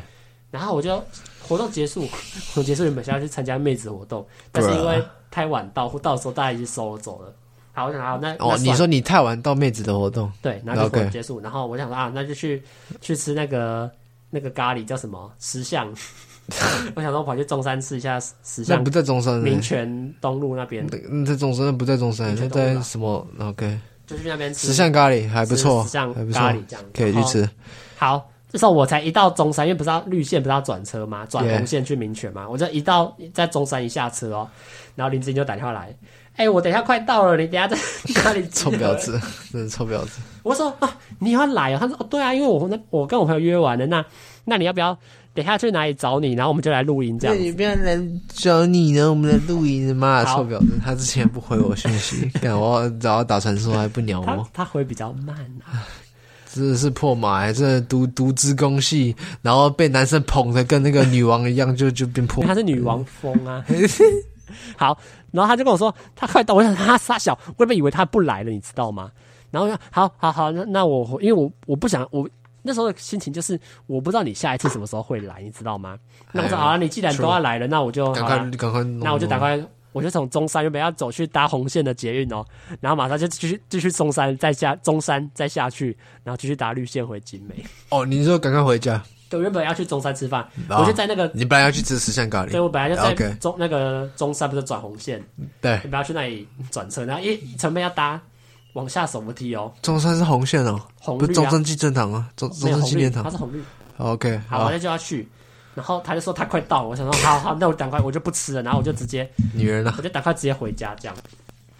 A: 然后我就活动结束，我结束原本想要去参加妹子活动，但
B: 啊
A: 是因为太晚到，到时候大家已经收走了。好，我想好那那
B: 哦，
A: 算
B: 你说你太晚到妹子的活动，
A: 对，然后就活动
B: OK
A: 结束，然后我想说啊，那就去去吃那个那个咖喱叫什么石
B: <laughs>
A: 像，我想说我跑去中山吃一下石
B: 那
A: 像
B: 不，在中山嘞
A: 民权东路那边
B: 那那在中山，那不在中山，
A: 你觉
B: 那
A: 得懂
B: 在
A: 了
B: 什么？OK，
A: 就去那边吃
B: 十项咖喱还不错，
A: 吃像
B: 还不
A: 咖
B: 错
A: 喱，这样
B: 可以去。
A: 然后
B: 吃。
A: 好，这时候我才一到中山，因为不是要绿线，不是要转车吗？转红线去民权嘛。我就一到在中山一下车哦，然后林志颖就打电话来，哎、我等一下快到了，你等一下在 <laughs> 哪里集
B: 臭
A: 合
B: 婊子，真是臭婊子。
A: 我说啊，你要来哦？他说哦，对啊，因为我那我跟我朋友约完了，那那你要不要等一下去哪里找你？然后我们就来录音这样
B: 那。你不要来找你呢，我们来录音。妈的，
A: 好
B: 臭婊子，他之前不回我讯息，干我找他打传说还不鸟
A: 他
B: 我，
A: 他回比较慢啊，
B: 真的是破马、欸，真的读读资工系，然后被男生捧的跟那个女王一样，就就变
A: 因
B: 破
A: 为。他是女
B: 嗯
A: 王风啊。 <laughs> 好，然后他就跟我说他快到，我想他傻小，我原本以为他不来了，你知道吗？然后我就好好好，那那我因为我我不想我那时候的心情就是我不知道你下一次什么时候会来，你知道吗？那我说
B: 哎
A: 好啊，你既然都要来了，那我就
B: 赶
A: 好
B: 快
A: 啊
B: 赶快弄，
A: 那我就赶快，我就从中山原本要走去搭红线的捷运哦，然后马上就继续继续中山，再下中山再下去，然后继续搭绿线回景美。
B: 哦，你说赶快回家，
A: 对，我原本要去中山吃饭，
B: 啊
A: 我就在那个，
B: 你本来要去吃十项咖
A: 对
B: 喱，
A: 我本来就在
B: OK
A: 中那个中山不是转红线，
B: 对，
A: 本来要去那里转车，然后一一层面要搭往下手扶梯哦，
B: 中山是红线哦，
A: 红绿啊
B: 不是中山纪念堂啊，中
A: 没
B: 中
A: 有
B: 山
A: 红
B: 纪
A: 绿，
B: 念
A: 它
B: 堂啊
A: 是红绿，
B: ，OK，
A: 好，
B: 好
A: 那，就要去。然后他就说他快到了，我想说好好，那我赶快我就不吃了，然后我就直接
B: 女人啊，
A: 我就打快直接回家这样。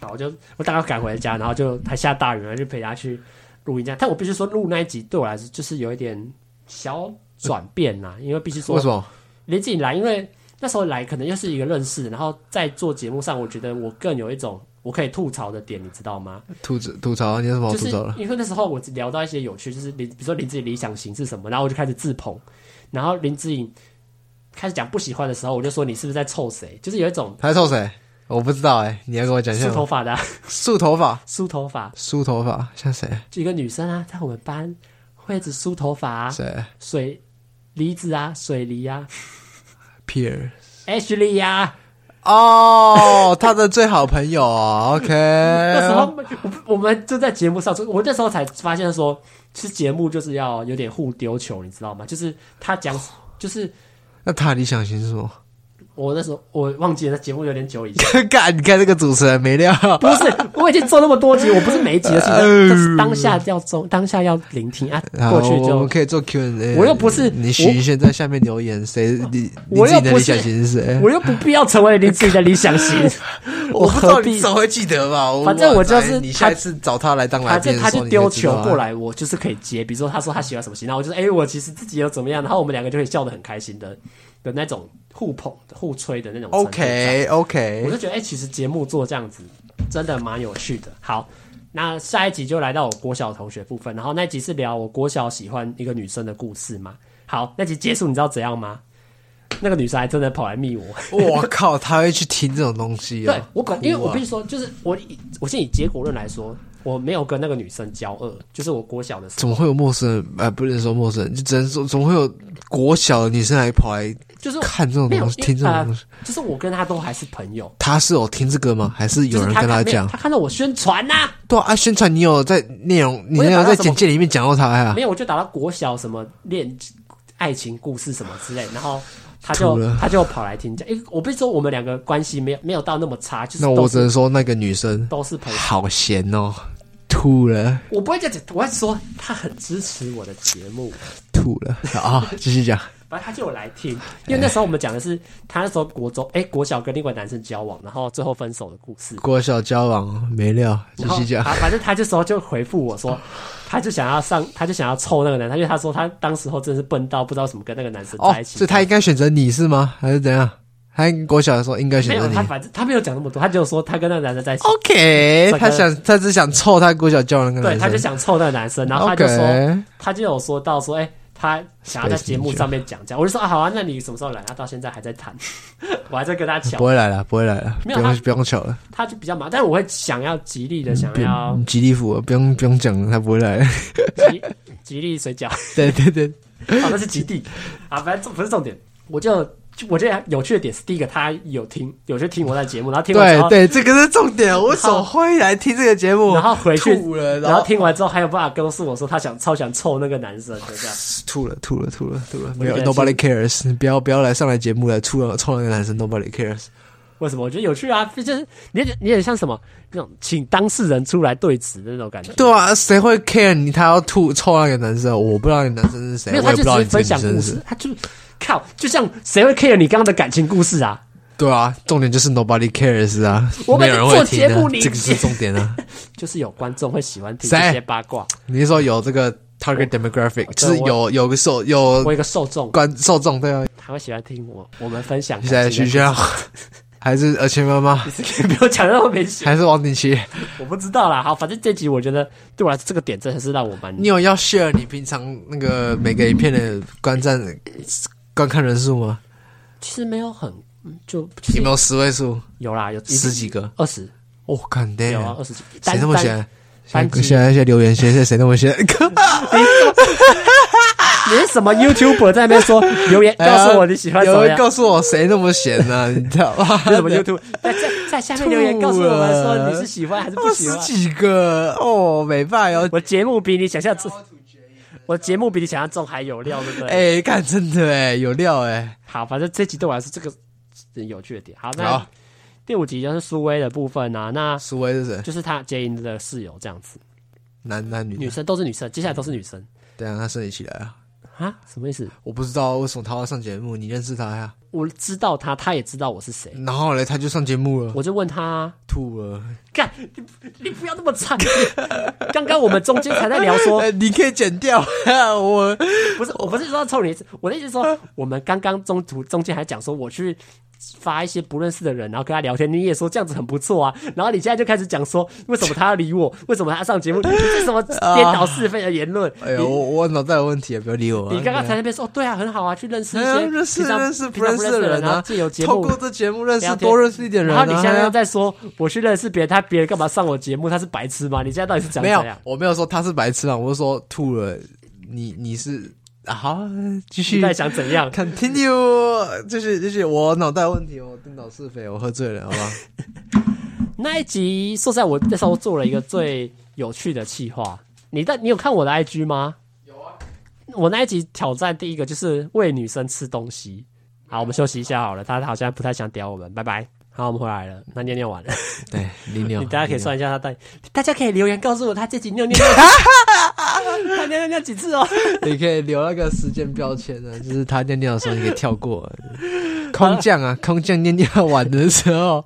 A: 然后我就我打快赶回家，然后就还下大雨，然后就陪他去录音这样。但我必须说，录那一集对我来说就是有一点小转变啦，因为必须
B: 为
A: 说
B: 什么？
A: 林志颖来，因为那时候来可能又是一个认识，然后在做节目上，我觉得我更有一种我可以吐槽的点，你知道吗？
B: 吐槽吐槽，你有什么好
A: 就
B: 吐
A: 是
B: 槽的？
A: 因为那时候我聊到一些有趣，就是林，比如说林志颖理想型是什么，然后我就开始自捧，然后林志颖开始讲不喜欢的时候，我就说你是不是在臭谁？就是有一种
B: 他在臭谁？我不知道哎，你要跟我讲一下
A: 梳
B: 吗。
A: 头发的啊、
B: 梳头发，
A: 梳头发，
B: 梳头发像谁？
A: 就一个女生啊，在我们班会一直梳头发、啊，
B: 谁
A: 水梨子啊，水梨啊
B: ？Pierre。
A: ，Ashley 呀、啊。 <laughs>
B: 哦，他的最好朋友啊。
A: 那时
B: OK。
A: 候我我们就在节目上，我那时候才发现说，其实节目就是要有点互丢球，你知道吗？就是他
B: <sighs>
A: 讲，就是
B: 那他理想型是什么？ <laughs>
A: 我那时候我忘记了，那节目有点久以前。
B: 干，你看这个主持人没料。
A: 不是，我已经做那么多集，我不是每一集的事情，但是当下要中，当下要聆听啊，
B: 好，
A: 过去
B: 我
A: 就
B: 们可以做 Q&A。
A: 我又不是
B: 你许现在下面留言，谁你你
A: 我
B: 自
A: 又
B: 己的
A: 不
B: 理
A: 是
B: 想型是谁？
A: 我又不必要成为你自己的理想型，
B: <laughs> 我不知道
A: 何
B: 你
A: 必
B: 总会记得吧？
A: 反正我就是
B: 哇塞你下一次找他来当来
A: 反
B: 宾
A: 正
B: 的时
A: 他
B: 候，
A: 就丢球过
B: 来。
A: 来，我就是可以接。比如说他说他喜欢什么型，然后我就说哎、我其实自己有怎么样，然后我们两个就可以笑得很开心的的那种互捧、互吹的那种程度在。
B: OK
A: 我
B: OK，
A: 就觉得哎、其实节目做这样子真的蛮有趣的。好，那下一集就来到我国小同学部分，然后那一集是聊我国小喜欢一个女生的故事嘛。好，那集结束你知道怎样吗？那个女生还真的跑来
B: <laughs>
A: 密我，
B: 我靠，他会去听这种东西哦。
A: 对我本，
B: 哭啊
A: 因为我必须说，就是我以我现在以结果论来说，我没有跟那个女生交恶，就是我国小的时候。
B: 怎么会有陌生人？呃，不能说陌生人，就只能说怎么会有国小的女生还跑来
A: 就是
B: 看这种
A: 没有
B: 东西，
A: 因为
B: 听这种东西？
A: 呃就是我跟他都还是朋友。
B: 他是有听这个吗？还是有
A: 就是
B: 人
A: 他
B: 跟
A: 看没有
B: 讲
A: 他？看到我宣传呐、
B: 对啊，宣传你有在内容，你
A: 我有
B: 有
A: 把他
B: 在
A: 什么
B: 简介里面讲到他哎呀
A: 没？有我就打到国小什么恋爱情故事什么之类，然后他
B: 吐
A: 就
B: 了
A: 他就跑来听讲，因为我不是说我们两个关系没有没有到那么差，就是
B: 那
A: 都
B: 我只
A: 是
B: 能说那个女生
A: 都是朋友，
B: 好闲哦，吐了
A: 我不会这样讲，我会说他很支持我的节目，
B: 吐了啊！继续讲，
A: 反正他就有来听，因为那时候我们讲的是他那时候国中哎、国小跟另外一个男生交往，然后最后分手的故事。
B: 国小交往没料，继
A: 然后
B: 续讲。
A: 啊，反正他这时候就回复我 <laughs> 说，他就想要上，他就想要凑那个男生，因为他说他当时候真的是笨到不知道怎么跟那个男生
B: 哦
A: 在一，起。
B: 所以他应该选择你是吗？还是怎样？他国小的时候应该
A: 没
B: 选
A: 有，
B: 择
A: 哦
B: 你
A: 他。反正他没有讲那么多，他就说他跟那个男生在一起，
B: OK，
A: 整个
B: 他想他只想凑他国小教的那个
A: 对，
B: 男
A: 他
B: 生。
A: 就想凑那个男生，然后他就说，
B: OK，
A: 他就有说到说，哎、他想要在节目上面讲这样，我就说啊，好啊，那你什么时候来？他到现在还在谈， <laughs> 我还在跟他
B: 不
A: 讲，
B: 会来了，不会来了，不
A: 没有他
B: 用不用巧了，
A: 他就比较忙，但我会想要极力的想
B: 不
A: 要
B: 用吉利福了，不用不用讲了，他不
A: <laughs>
B: 会来了。
A: 极极力水饺，
B: 对对对，
A: <laughs> 啊，那是极地啊，反正这不是重点，我就。我觉得有趣的点是，第一个他有听，有去听我的节目，然后听完之
B: 对
A: 后，
B: 对，这个是重点。我怎会来听这个节目？
A: 然后回去
B: 吐了，
A: 然
B: 然
A: 后
B: 后
A: 听完之后还有办法告诉我说他想超想凑那个男生的这样，
B: 吐了，吐了，吐了，吐了。
A: 我
B: 没
A: 就觉
B: 有
A: 得
B: ，Nobody cares。你不要不要来上来节目来吐了，冲那个男生，Nobody cares。
A: 为什么？我觉得有趣啊，就是你也你也像什么那种请当事人出来对质的那种感觉。
B: 对啊，谁会 care 你？他要吐臭那个男生，我不知道那个男生是谁，
A: 没有，
B: 我
A: 他
B: 也
A: 就
B: 不
A: 只是
B: 知道你这
A: 分
B: 个
A: 享
B: 女
A: 故
B: 生是
A: 事
B: 谁。，
A: 他就靠，就像谁会 care 你刚刚的感情故事啊？
B: 对啊，重点就是 nobody cares 啊，
A: 我们
B: 没有人
A: 做
B: 会
A: 节
B: 听
A: 目
B: 啊
A: 你，
B: 这个是重点
A: <laughs>
B: 啊。
A: 就是有观众会喜欢听
B: 谁
A: 这些八卦。
B: 你是说有这个 target demographic，就是
A: 我
B: 有有个受
A: 我
B: 有
A: 有一个受众，
B: 观受众对啊？
A: 他会喜欢听我我们分享
B: 现在
A: 感情
B: 徐
A: 的。
B: 校 <laughs> 还是而且妈妈
A: 你 <laughs> 是 <laughs> 不要讲到后面去，
B: 还是王景琦？
A: <laughs> 我不知道啦。好，反正这集我觉得对我来说这个点真的是让我蛮
B: 你有要 share 你平常那个每个影片的观战观看人数吗？
A: 其实没有很嗯就
B: 有没有十位数？
A: 有啦，有
B: 十几个？
A: 二十
B: 我看的，
A: 有啊，二十几。
B: 谁那么
A: 单
B: 闲？现
A: 单
B: 在
A: 集
B: 现在在留言，现在谁那么闲？
A: 你是什么 YouTuber 在那边
B: <laughs>
A: 说留言哎告诉我你喜欢什
B: 哎有
A: 么
B: 人
A: 呀？
B: 告诉我谁那么闲呢、你知道 <laughs> 吗？
A: 啊你是什么 YouTube 在在在下面留言告诉我们说你是喜欢还是不
B: <laughs> 二
A: 喜
B: 十
A: 欢？
B: 几个哦，没办法哦。
A: 我节目比你想象中，我节目比你想象中还有料，对不对？
B: 哎、看真的哎，有料哎。
A: 好，反正这集对我来说这个是有趣的点。好，那
B: 好，
A: 第五集就是苏威的部分啊，那
B: 苏威是谁？
A: 就是他杰莹的室友这样子，
B: 男男女
A: 女
B: 的？
A: 生都是女生，接下来都是女生
B: 对啊，他生理起来啊。
A: 啊？什么意思？
B: 我不知道为什么他要上节目，你认识他呀？
A: 我知道他，他也知道我是谁，
B: 然后嘞，他就上节目了，
A: 我就问他啊
B: 吐了。
A: 干你你不要那么惨， <laughs> 刚刚我们中间才在聊说
B: 呃，你可以剪掉， <laughs> 我
A: 不是，我不是说要抽你一次，我的意思是
B: 哎
A: 说，我们刚刚中途中间还讲说我去发一些不认识的人，然后跟他聊天，你也说这样子很不错啊，然后你现在就开始讲说为什么他要理我，为什么他上节目，你这是什么颠倒是非的言论？
B: 哎呦，我我脑袋有问题，不要理我、啊。
A: 你刚刚才在那边说哦，对啊，很好啊，去认识一
B: 哎呀
A: 些
B: 认识
A: 平常
B: 认识
A: 平常不认识
B: 不认识的人啊
A: 然后借由节
B: 透
A: 目
B: 过。这节目认识
A: 聊天
B: 多认识一点人、
A: 然
B: 啊。
A: 后你现在又
B: 哎呀
A: 在说我去认识别人，他别人干嘛上我节目？他是白痴吗？你现在到底是讲
B: 没
A: 怎
B: 有
A: 样？，
B: 我没有说他是白痴啊，我是说吐了。你你是啊好，继
A: 你
B: 续
A: 到底想怎
B: 嗯
A: 样？
B: continue，就是就是我脑袋有问题，我颠倒是非，我喝醉了，好吧？
A: 那一集说实在，我那时候做了一个最有趣的企划。你的你有看我的 IG 吗？
C: 有啊，
A: 我那一集挑战第一个就是喂女生吃东西。好，我们休息一下好了，他好像不太想屌我们，拜拜。好，我们回来了。那尿尿完了，
B: <laughs> 对，你尿
A: 你大家可以算一下他带，大家可以留言告诉我他这集尿
B: <laughs>
A: 尿尿，他尿尿尿几次哦。
B: 你可以留那个时间标签呢，就是他尿尿的时候，你可以跳
A: <laughs>
B: 过。空降啊，空降尿尿完的时候，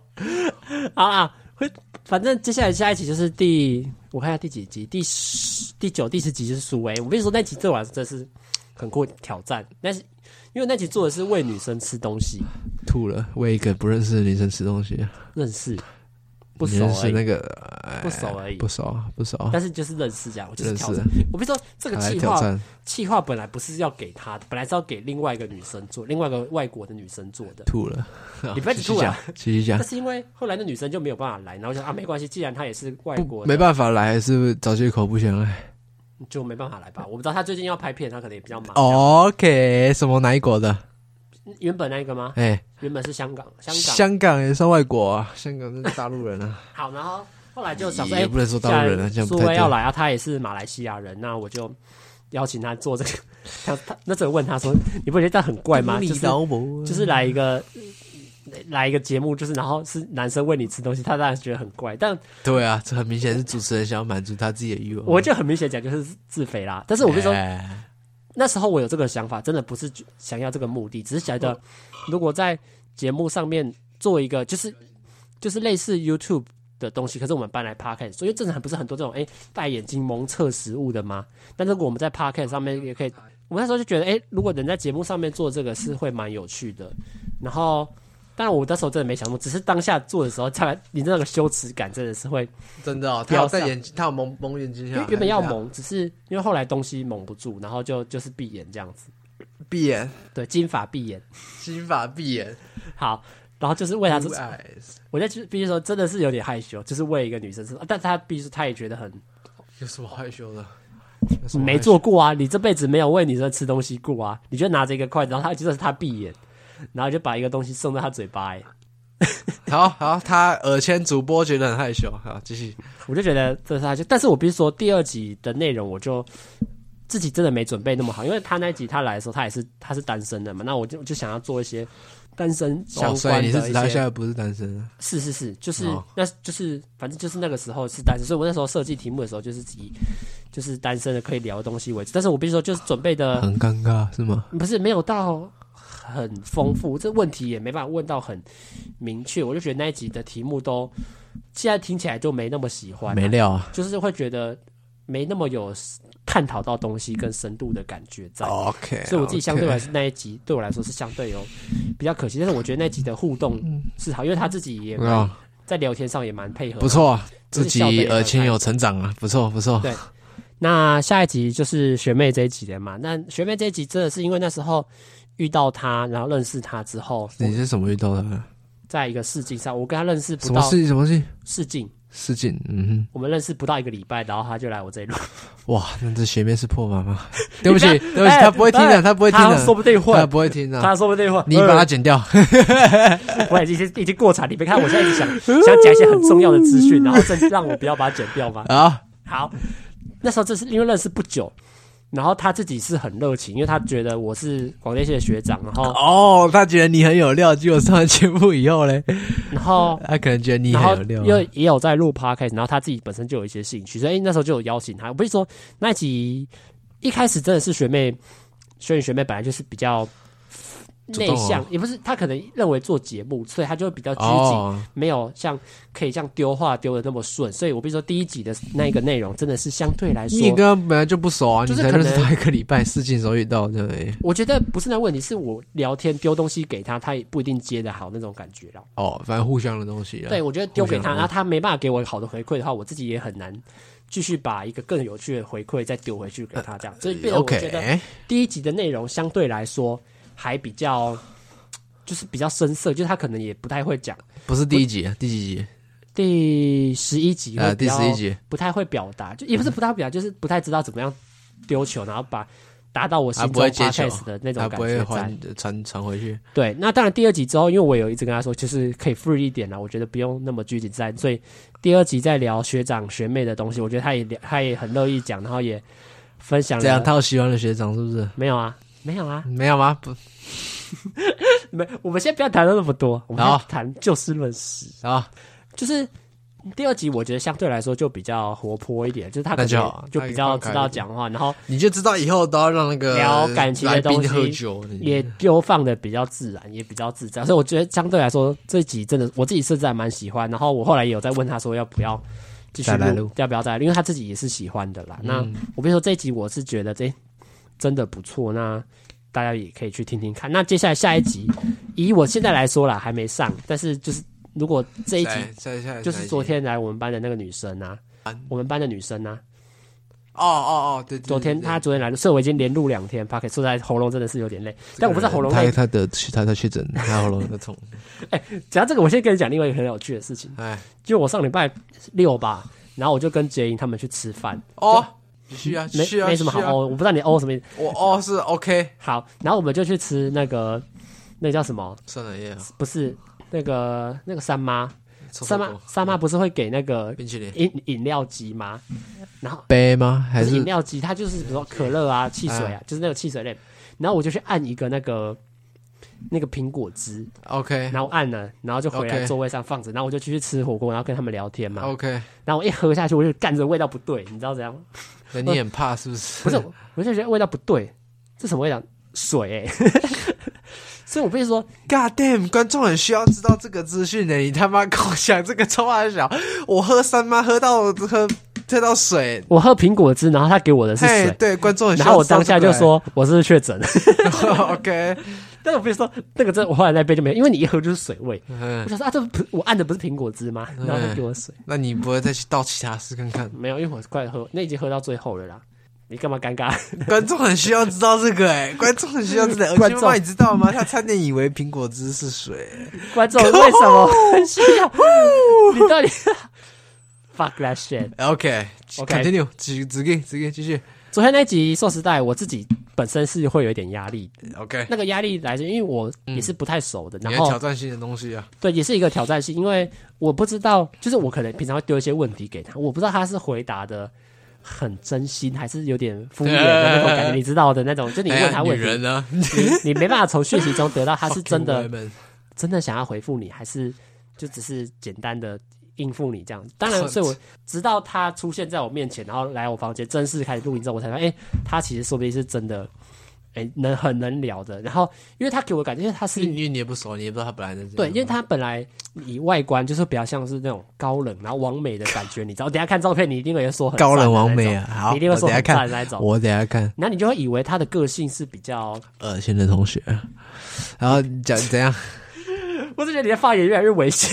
A: 好啦，啊会反正接下来下一集就是第，我看一下第几集，第十、第九、第十集就是苏威。我跟你说，那集对我来说真是很酷挑战，但是因为那集做的是喂女生吃东西，
B: 吐了，喂一个不认识的女生吃东西，啊
A: 认识不
B: 你
A: 熟
B: 认
A: 而
B: 识那
A: 已，
B: 个哎
A: 不熟而已
B: 不。熟啊不熟，
A: 但是就是认识这样，我就是
B: 认识
A: 挑战。我跟你说，这个
B: 还来
A: 计
B: 挑
A: 划
B: 战
A: 计划本来不是要给他的，本来是要给另外一个女生做，另外一个外国的女生做的。
B: 吐了，
A: 你不要一直
B: <laughs> 继续
A: 吐啊
B: 讲，继续讲
A: 但。是因为后来那女生就没有办法来，然后我想啊，没关系，既然她也是外国的，
B: 没办法来，是不是找借口不
A: <laughs>
B: 想来
A: 就没办法来吧。我不知道她最近要拍片，她可能也比较忙。
B: 哦？OK，什么哪一国的？
A: 原本那个吗？
B: 哎、
A: 原本是香港，香港
B: 香港也算外国啊，香港是大陆人 <laughs> 啊，
A: 好，然后后来就想说，哎、
B: 也不能说大陆人啊，这
A: 既
B: 样
A: 然苏
B: 不太
A: 威要
B: 对。
A: 来啊，他也是马来西亚人，那我就邀请他做这个。他他那时候问他说，你不觉得这样很怪吗？就是
B: 母啊
A: 就是来一个。来一个节目，就是然后是男生喂你吃东西，他当然觉得很怪，但
B: 对啊，这很明显是主持人想要满足他自己的欲望。
A: 我就很明显讲就是自肥啦。但是我跟你说，
B: 哎
A: 那时候我有这个想法，真的不是想要这个目的，只是觉得如果在节目上面做一个，就是就是类似 YouTube 的东西，可是我们搬来 Podcast，所以正常不是很多这种哎、戴眼镜蒙测食物的吗？但如果我们在 Podcast 上面也可以，我那时候就觉得哎、如果能在节目上面做这个是会蛮有趣的。然后当然我那时候真的没想那么多，只是当下做的时候，大概你那个羞耻感真的是会，
B: 真的、哦，他
A: 不要
B: 有在
A: 上
B: 眼睛，他有蒙蒙眼睛
A: 因
B: 下
A: 为
B: 来，
A: 原本要
B: 这样
A: 蒙，只是因为后来东西蒙不住，然后就就是闭眼这样子，
B: 闭眼，
A: 对，金发闭眼，
B: 金发闭眼，
A: 好，然后就是为他
B: blue
A: 做，
B: eyes，
A: 我在必须说真的是有点害羞，就是为一个女生是，但是他必须他也觉得很
B: 有什么害羞的？有什么害羞
A: 没做过啊，你这辈子没有喂女生吃东西过啊，你就拿着一个筷子，然后他就算是他闭眼，然后就把一个东西送到他嘴巴、欸，
B: 好好，他耳前主播觉得很害羞，好，继续。
A: 我就觉得这是他就，但是我必须说第二集的内容我就自己真的没准备那么好，因为他那集他来的时候他也是他是单身的嘛，那我就我就想要做一些单身相
B: 哦，所以
A: 关
B: 你是
A: 的
B: 指
A: 一
B: 他
A: 些
B: 现在不是单身啊？
A: 是是是，就是、
B: 哦
A: 那就是反正就是那个时候是单身，所以我那时候设计题目的时候就是以就是单身的可以聊的东西为主，但是我必须说就是准备的
B: 很尴尬是吗？
A: 不是没有到很丰富，这问题也没办法问到很明确，我就觉得那一集的题目都现在听起来就没那么喜欢，
B: 没料啊。
A: 就是会觉得没那么有探讨到东西跟深度的感觉在。
B: OK，
A: 所以我自己相对来
B: 哦 OK
A: 说那一集对我来说是相对有比较可惜，但是我觉得那集的互动
B: 嗯
A: 是好，因为他自己也蛮
B: 啊，
A: 在聊天上也蛮配合的。
B: 不错啊，
A: 就是
B: 自
A: 笑得也
B: 己
A: 很
B: 耳前有成长啊，不错不错
A: 对。那下一集就是学妹这一集了嘛？那学妹这一集真的是因为那时候遇到她，然后认识她之后，我
B: 你是什么遇到的？
A: 在一个试镜上，我跟她认识
B: 什
A: 不
B: 么
A: 到
B: 事？什么事？
A: 试镜，
B: 事情？嗯
A: 我们认识不到一个礼拜，然后她就来我这里录。
B: 哼，哇，那这学妹是破
A: <laughs>
B: 妈妈。对不起，
A: 你
B: 对
A: 不要
B: 不起，
A: 哎
B: 他不会听的，
A: 哎
B: 他不会听
A: 她说
B: 的，
A: 不定会
B: 他，不会听的。
A: 她说不定会。
B: 你把它剪掉，
A: 呃，我已经已经过场，你别看我现在一直想想讲一些很重要的资
B: <laughs>
A: 讯，然后真让我不要把它剪掉吗？ <laughs>
B: 啊，
A: 好，那时候这是因为认识不久，然后她自己是很热情，因为她觉得我是广电系的学长，然后
B: 哦，他觉得你很有料，结果上了节目以 <laughs> 后嘞，
A: 然后。
B: 他可能觉得你
A: 然
B: 很
A: 后因
B: 有料啊。
A: 为也有在录 podcast，然后他自己本身就有一些兴趣，所以那时候就有邀请他。我不是说那一集一开始真的是学妹，所以学妹本来就是比较
B: 主
A: 内
B: 动哦
A: 向，也不是她可能认为做节目，所以她就会比较拘谨，
B: 哦，
A: 没有像可以像丢话丢的那么顺。所以我必须说第一集的那一个内容真的是相对来
B: 你跟
A: 说，
B: 他本来就不熟啊，
A: 就是
B: 你才
A: 可
B: 认
A: 能
B: 识他一个礼拜，事情时候遇到对不对？
A: 我觉得不是那问题，是我聊天丢东西给他，他也不一定接得好那种感觉啦。
B: 哦，反正互相的东西啊。
A: 对，我觉得丢给
B: 互
A: 他，
B: 相的
A: 然后他没办法给我好的回馈的话，我自己也很难继续把一个更有趣的回馈再丢回去给他，这样，所以变得我觉得
B: OK，
A: 第一集的内容相对来说还比较，就是比较深色，就是他可能也不太会讲。
B: 不是第一集，啊第几集？
A: 第十一集会
B: 呃，
A: 比
B: 第
A: 较
B: 十一集。
A: 不太会表达，就也不是不太会表达，就是不太知道怎么样丢球，然后把达到我心
B: 他不
A: 中
B: 会接球
A: podcast 的那，种
B: 他
A: 感
B: 不会
A: 觉在。
B: 还传传回去。
A: 对，那当然第二集之后，因为我有一直跟他说，就是可以 free 一点啊啦，我觉得不用那么拘谨在，所以第二集在聊学长学妹的东西，我觉得他也 <laughs> 聊他也很乐意讲，然后也分享了
B: 这样，他有喜欢的学长是不是？
A: 没有啊，没有啊，
B: 没有吗？不，
A: 没，啊我们先不要谈到那么多，我们
B: 好
A: 先谈就事论事，
B: 啊，
A: 就是。第二集我觉得相对来说就比较活泼一点，就是他可
B: 那就
A: 能
B: 好啊
A: 就
B: 那
A: 比
B: 就
A: 较
B: 放开
A: 知
B: 一
A: 道
B: 点
A: 讲话，然后
B: 你就知道以后都要让那个
A: 聊感情的
B: 来宾
A: 东西
B: 喝酒，你
A: 也丢放的比较自然，也比较自在，所以我觉得相对来说这集真的我自己甚至还蛮喜欢。然后我后来也有在问他说要不要继续
B: 再来
A: 录
B: 录，嗯
A: 要不要再来录，因为他自己也是喜欢的啦。那我比如说这一集我是觉得这真的不错，那大家也可以去听听看。那接下来下一集，以我现在来说啦，还没上，但是就是如果这一集
B: 再再下
A: 就是昨天来我们班的那个女生啊，我们班的女生啊，
B: 哦哦哦，对，对
A: 昨天
B: 对
A: 她昨天来录，所以我已经连录两天 p o c a s t 说在喉咙真的是有点累，但我不是喉咙累
B: 他，他得他他确诊，他喉咙在痛。
A: 讲到这个，我先跟你讲另外一个很有趣的事情，
B: <laughs> 哎，
A: 就我上礼拜六吧，然后我就跟杰英他们去吃饭，
B: 哦，继续啊，继
A: 没
B: 续啊，
A: 没什么
B: 继
A: 好
B: 续啊
A: 哦，我不知道你哦什么意思。
B: 我哦是 OK，
A: 好，然后我们就去吃那个那个叫什么？
B: 算了也好
A: 不是那个那个三妈，
B: 臭
A: 三
B: 臭
A: 妈
B: 狗
A: 三妈不是会给那个
B: 冰淇淋
A: 饮饮料机吗？然后
B: 杯吗？还
A: 不是饮
B: 是
A: 料机，它就是比如说可乐啊、汽水啊，就是那个汽水类。然后我就去按一个那个那个苹果汁，
B: OK
A: 然后按了，然后就回来
B: OK 哦
A: 座位上放着，然后我就去吃火锅，然后跟他们聊天嘛。
B: OK？
A: 然后我一喝下去，我就干着味道不对，你知道怎
B: <laughs>
A: 样？
B: 那你很怕是不是？
A: 呃不是，我就觉得味道不对，这什么味道？水、 <laughs> 欸。所以我必须说，
B: God damn！观众很需要知道这个资讯的，你他妈跟我讲这个超话小，我喝三妈喝到喝喝到水，
A: 我喝苹果汁，然后他给我的是
B: 嘿，
A: 水，
B: 对，观众很需
A: 然
B: 要
A: 后我
B: 知道
A: 当
B: 这
A: 下
B: 个
A: 就说我是不是确诊？
B: <laughs> OK，
A: <laughs> 但是我必须说，那个真的我后来那杯就没有，因为你一喝就是水味。
B: 嗯
A: 我，想说啊，这不我按的不是苹果汁吗？然后他给我水，
B: 那你不会再去倒其他事
A: <laughs>
B: 看看？
A: 没有，因为我快喝，那已经喝到最后了啦。你干嘛尴
B: <laughs>
A: 尬？
B: 观众很需要知道这个哎、观众很需要
A: <laughs>
B: 知道。
A: 观
B: 观
A: 众
B: 众，你知道吗？他差点以为苹果汁是水。
A: 观众为什
B: <laughs>
A: 么 <laughs> 很需要？你到底 <laughs> fuck that shit？OK
B: OK，continue，只只给只给继续。
A: 昨天那集说实在，我自己本身是会有一点压力，
B: OK，
A: 那个压力来自因为我也是不太熟的，
B: 你
A: 然
B: 要挑
A: 后
B: 战性的东西啊。
A: 对也是一个挑战性，因为我不知道，就是我可能平常会丢一些问题给他，我不知道他是回答的很真心，还是有点敷衍的那 <laughs> 种感觉，你知道的那种，就你
B: 哎
A: 问
B: 呀
A: 他
B: 女
A: 问题，
B: 人呢？
A: 你你没办法从讯息中得到他是真的 <laughs>
B: Fucking women
A: 真的想要回复你，还是就只是简单的应付你这样？当然，
B: <laughs> Cunt
A: 所以我直到他出现在我面前，然后来我房间正式开始录音之后，我才发现，哎、他其实说不定是真的，哎、能很能聊的。然后，因为他给我感觉，因为他是
B: 因为因为你也不熟，你也不知道他本来是这
A: 对，
B: 样
A: 因为他本来以外观就是比较像是那种高冷，然后完美的感觉，你知道？等一下看照片，你一定会说很
B: 高冷
A: 赞的
B: 完
A: 那
B: 美
A: 种
B: 啊。好，
A: 你一定会
B: 我
A: 说
B: 等下
A: 很赞
B: 看
A: 的那种。
B: 我等下看
A: 然后你就会以为他的个性是比较，
B: 恶心的同学，然后讲怎样？
A: 我就觉得你的发言越来越危
B: <laughs>
A: 险。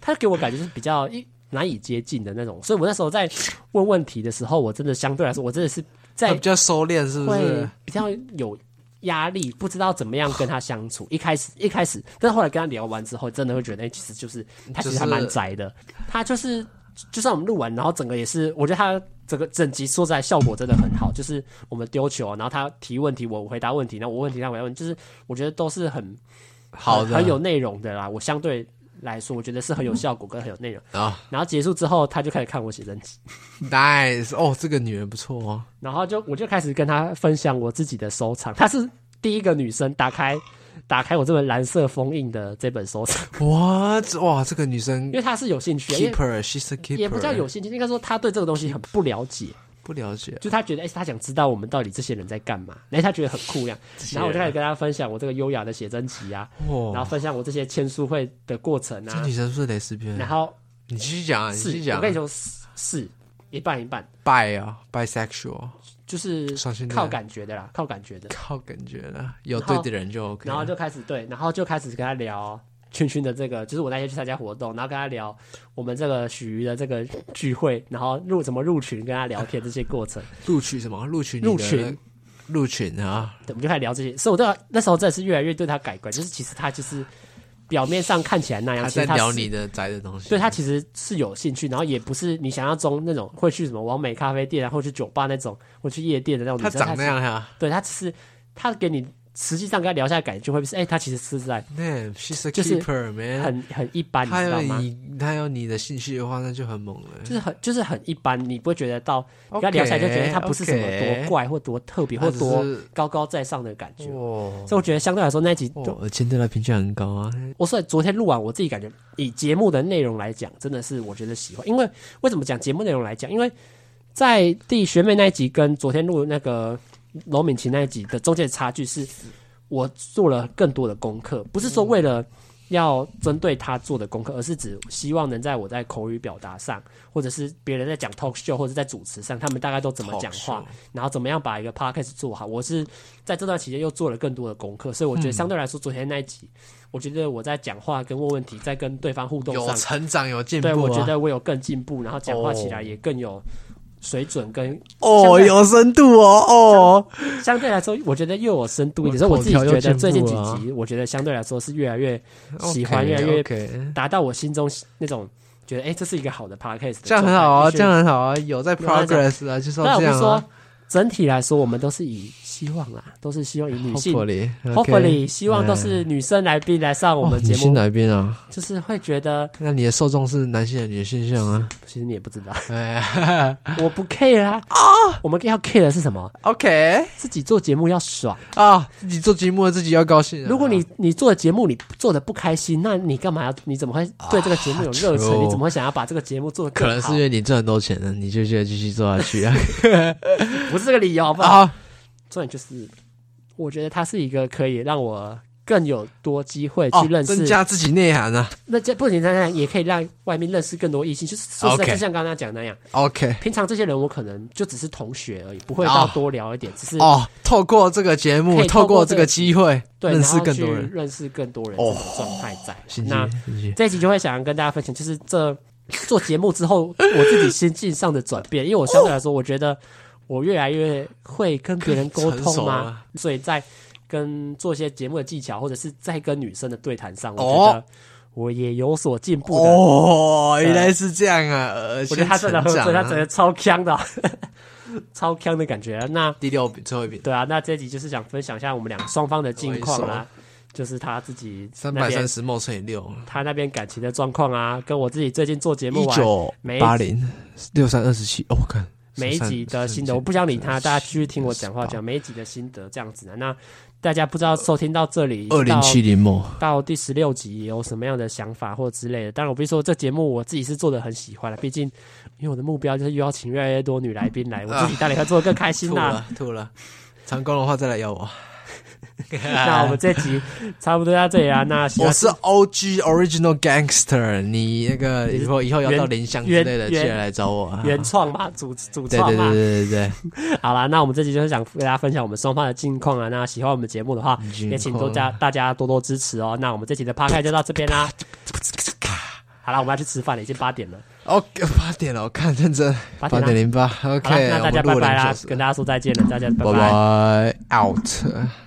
A: 他给我感觉是比较一难以接近的那种，所以我那时候在问问题的时候，我真的相对来说，我真的是在
B: 他比较收敛，是不
A: 会
B: 是？
A: 比较有压力，不知道怎么样跟他相处。一开始一开始，但是后来跟他聊完之后，真的会觉得，哎、其实就是他其
B: 就
A: 实
B: 是
A: 还蛮宅的，他就是就算我们录完，然后整个也是，我觉得他整个整集说实在效果真的很好，就是我们丢球，然后他提问题，我回答问题，然后我问题他回答问题，就是我觉得都是很
B: 好
A: 很
B: 的，
A: 很有内容的啦。我相对来说，我觉得是很有效果跟很有
B: <laughs>
A: 内容。
B: 啊
A: 然后结束之后，他就开始看我写真集，
B: ，nice 哦，这个女人不错哦。
A: 然后就我就开始跟他分享我自己的收藏。她是第一个女生打开打开我这本蓝色封印的这本收
B: <laughs>
A: 藏，
B: 哇，这哇，这个女
A: 因
B: 生
A: 为她是有兴趣的，因为
B: keeper，she's a keeper，哎
A: 也不叫有兴趣，应该说她对这个东西很不了解，
B: 不了解，
A: 就她觉得哎、她想知道我们到底这些人在干嘛，哎、她觉得很酷一
B: <laughs>
A: 样。然后我就开始跟她分享我这个优雅的写真集啊，然后
B: 哇，
A: 分享我这些签书会的过程
B: 这
A: 啊
B: 女，生是不是蕾丝边？
A: 然后
B: 你继续讲啊，你继
A: 是
B: 续讲
A: 我
B: 啊
A: 跟你说是是一半一半，
B: ，bi 啊，bisexual，
A: 就是
B: 上性恋
A: 靠感觉的啦，靠感觉的。
B: 靠感觉了，有
A: 然后
B: 对的人就 OK
A: 然后
B: 了。
A: 就开始对，然后就开始跟他聊圈圈的这个，就是我那天去参加活动，然后跟他聊我们这个许瑜的这个聚会，然后入怎么入群，跟他聊天这些过
B: <laughs>
A: 程，
B: 录取什么？录取你的
A: 入群，
B: 录群啊！
A: 对，我们就开始聊这些，所以我对他那时候真的是越来越对他改观，就是其实他就是表面上看起来那样，
B: 他
A: 其
B: 在
A: 实他
B: 聊
A: 是
B: 你的宅的东西。
A: 对他其实是有兴趣，然后也不是你想象中那种会去什么完美咖啡店啊，或去酒吧那种，或去夜店的那种女
B: 他
A: 生。
B: 长那
A: 是
B: 样啊呀
A: 对他只是他给你实际上跟他聊下来，感觉就会是哎、他其实是在
B: ，Damn，she's a
A: 就是
B: keeper man。
A: 很很一般，你
B: 嗯他
A: 知道
B: 有
A: 吗？
B: 你，他有你的兴趣的话，那就很猛了。
A: 就是很就是很一般，你不会觉得到跟
B: OK，
A: 他聊起来就觉得他不是什么
B: OK
A: 多怪或多特别
B: 他
A: 或
B: 只
A: 多
B: 是哦
A: 高高在上的感觉。
B: 哇
A: 所以我觉得相对来说那一集，
B: 哇，我今天对他评价很高啊。
A: 我说昨天录完，我自己感觉以节目的内容来讲，真的是我觉得喜欢。因为为什么讲节目内容来讲？因为在地学妹那一集跟昨天录那个罗敏琪那一集的中间的差距是，我做了更多的功课，不是说
B: 嗯
A: 为了要针对他做的功课，而是指希望能在我在口语表达上，或者是别人在讲 talk show 或者在主持上，他们大概都怎么讲话
B: Talk show，
A: 然后怎么样把一个 podcast 做好。我是在这段期间又做了更多的功课，所以我觉
B: 嗯
A: 得相对来说，昨天那一集，我觉得我在讲话跟问问题，在跟对方互动
B: 有
A: 上，
B: 成长，有进步
A: 对
B: 啊。
A: 我觉得我有更进步，然后讲话起来
B: 哦
A: 也更有水准，跟 <laughs>
B: 哦，有深度哦哦。
A: 相对来说，我觉得又有深度一点。所
B: 我
A: 以我自己
B: 口条
A: 觉
B: 又
A: 得最近几
B: 进步了啊
A: 集，我觉得相对来说是越来越喜欢，越来越
B: 哦 OK，
A: 达到我心中那种觉得，哎、这是一个好的 podcast，
B: 这样很好
A: 啊，
B: 啊，这样很好啊，有在
A: 有啊这
B: progress 啊，就是
A: 当然
B: 要
A: 我
B: 这
A: 们
B: 样
A: 说
B: 啊。，
A: 整体来说，我们都是以希望啦，都是希望以女性
B: 嗯 Hopefully，
A: ，hopefully 希望都是女生来宾来上我们节
B: 女性
A: 目，
B: 哪边啊？
A: 就是会觉得，
B: 那你的受众是男性还是女性向 <laughs> 啊？
A: 其实你也不知道， <laughs>
B: 哎
A: 我不 care 啊，我们要 care 的是什么？
B: ，OK
A: 自己做节目要爽。
B: 啊，自己做节目自己要高兴啊。
A: 如果你你做的节目你做的不开心，那你干嘛要？你怎么会对这个节目有热忱？
B: true
A: 你怎么会想要把这个节目做的
B: 啊可能是因为你赚很多钱了，你就觉得继续做下
A: <laughs>
B: 去啊。
A: 不是这个理由，好不好？
B: 啊，
A: 重点就是，我觉得它是一个可以让我更有多机会
B: 哦
A: 去，认识
B: 增加自己内涵啊。
A: 那这不仅这样，也可以让外面认识更多异性。就是说实在，
B: OK
A: 就像刚刚讲那样，
B: OK，
A: 平常这些人我可能就只是同学而已，不会到
B: 哦
A: 多聊一点，只是
B: 哦，透过这个节目
A: 可，以
B: 透
A: 透
B: 过
A: 过
B: 这
A: 这
B: 个
A: 个
B: 机会，
A: 对，
B: 认
A: 然
B: 识
A: 后
B: 更
A: 去
B: 多人。哦
A: 认识更多人这种状态在。
B: 心机
A: 那，
B: 心机，
A: 这一集就会想跟大家分享，就是这做节目之后，我自己心境上的转变，因为我相对来说，我觉得我越来越会跟别人沟
B: 成熟啊
A: 通
B: 了
A: 嘛，所以在跟做一些节目的技巧，或者是在跟女生的对谈上，我
B: 哦
A: 觉得我也有所进步的。
B: 哦，原来是这样啊！呃
A: 我觉得他真的喝
B: 先
A: 醉，
B: 成长
A: 他
B: 啊
A: 真的超呛的， <laughs> 超呛的感觉。啊那
B: 第六笔，最后一笔，
A: 对啊，那这一集就是想分享一下我们俩双方的近况
B: 我也哦
A: 啊，就是他自己
B: 三
A: 那
B: 百
A: 边
B: 三十梦乘以六，
A: 他那边感情的状况啊，跟我自己最近做节目
B: 一
A: 完
B: 九
A: 每一
B: 八零六三二十七。哦，我看
A: 每一集的心得，我不想理他，大家继续听我讲话，讲每一集的心得这样子的。啊那大家不知道收听到这里，
B: 二零
A: 到
B: 七零梦。
A: 到第十六集有什么样的想法或之类的。当然，我必须说这节目我自己是做的很喜欢的，啊毕竟因为我的目标就是邀请越来越多女来宾来，
B: 啊
A: 我自己当然会做的更开心
B: 吐
A: 啦、
B: <laughs> 了吐了，成功的话再来邀我。
A: 那我们这集差不多到这里啦。啊那喜欢
B: 我是 OG Original Gangster，你那个
A: 你是
B: 以后以后要
A: 原
B: 到林香之类
A: 原
B: 的，记得
A: 原
B: 来找我啊。
A: 原创嘛，主主
B: 对
A: 创
B: 对
A: 嘛
B: 对。对对
A: <laughs>
B: 对，
A: 好啦，那我们这集就是想跟大家分享我们双方的近况啊。那喜欢我们节目的话，
B: 近况
A: 也请多加大家多多支持哦。那我们这期的 p 开就到这边啦。好啦，我们要去吃饭了，已经八点了。
B: 哦，八点了，我看认真，
A: 八
B: 八
A: 点啦啊
B: 点零八
A: 好啦
B: ，OK，
A: 那大家
B: <laughs> 我们
A: 拜
B: 录了
A: 拜
B: 两
A: 啦
B: 小，时
A: 跟大家说再见了，大家
B: 拜拜，out。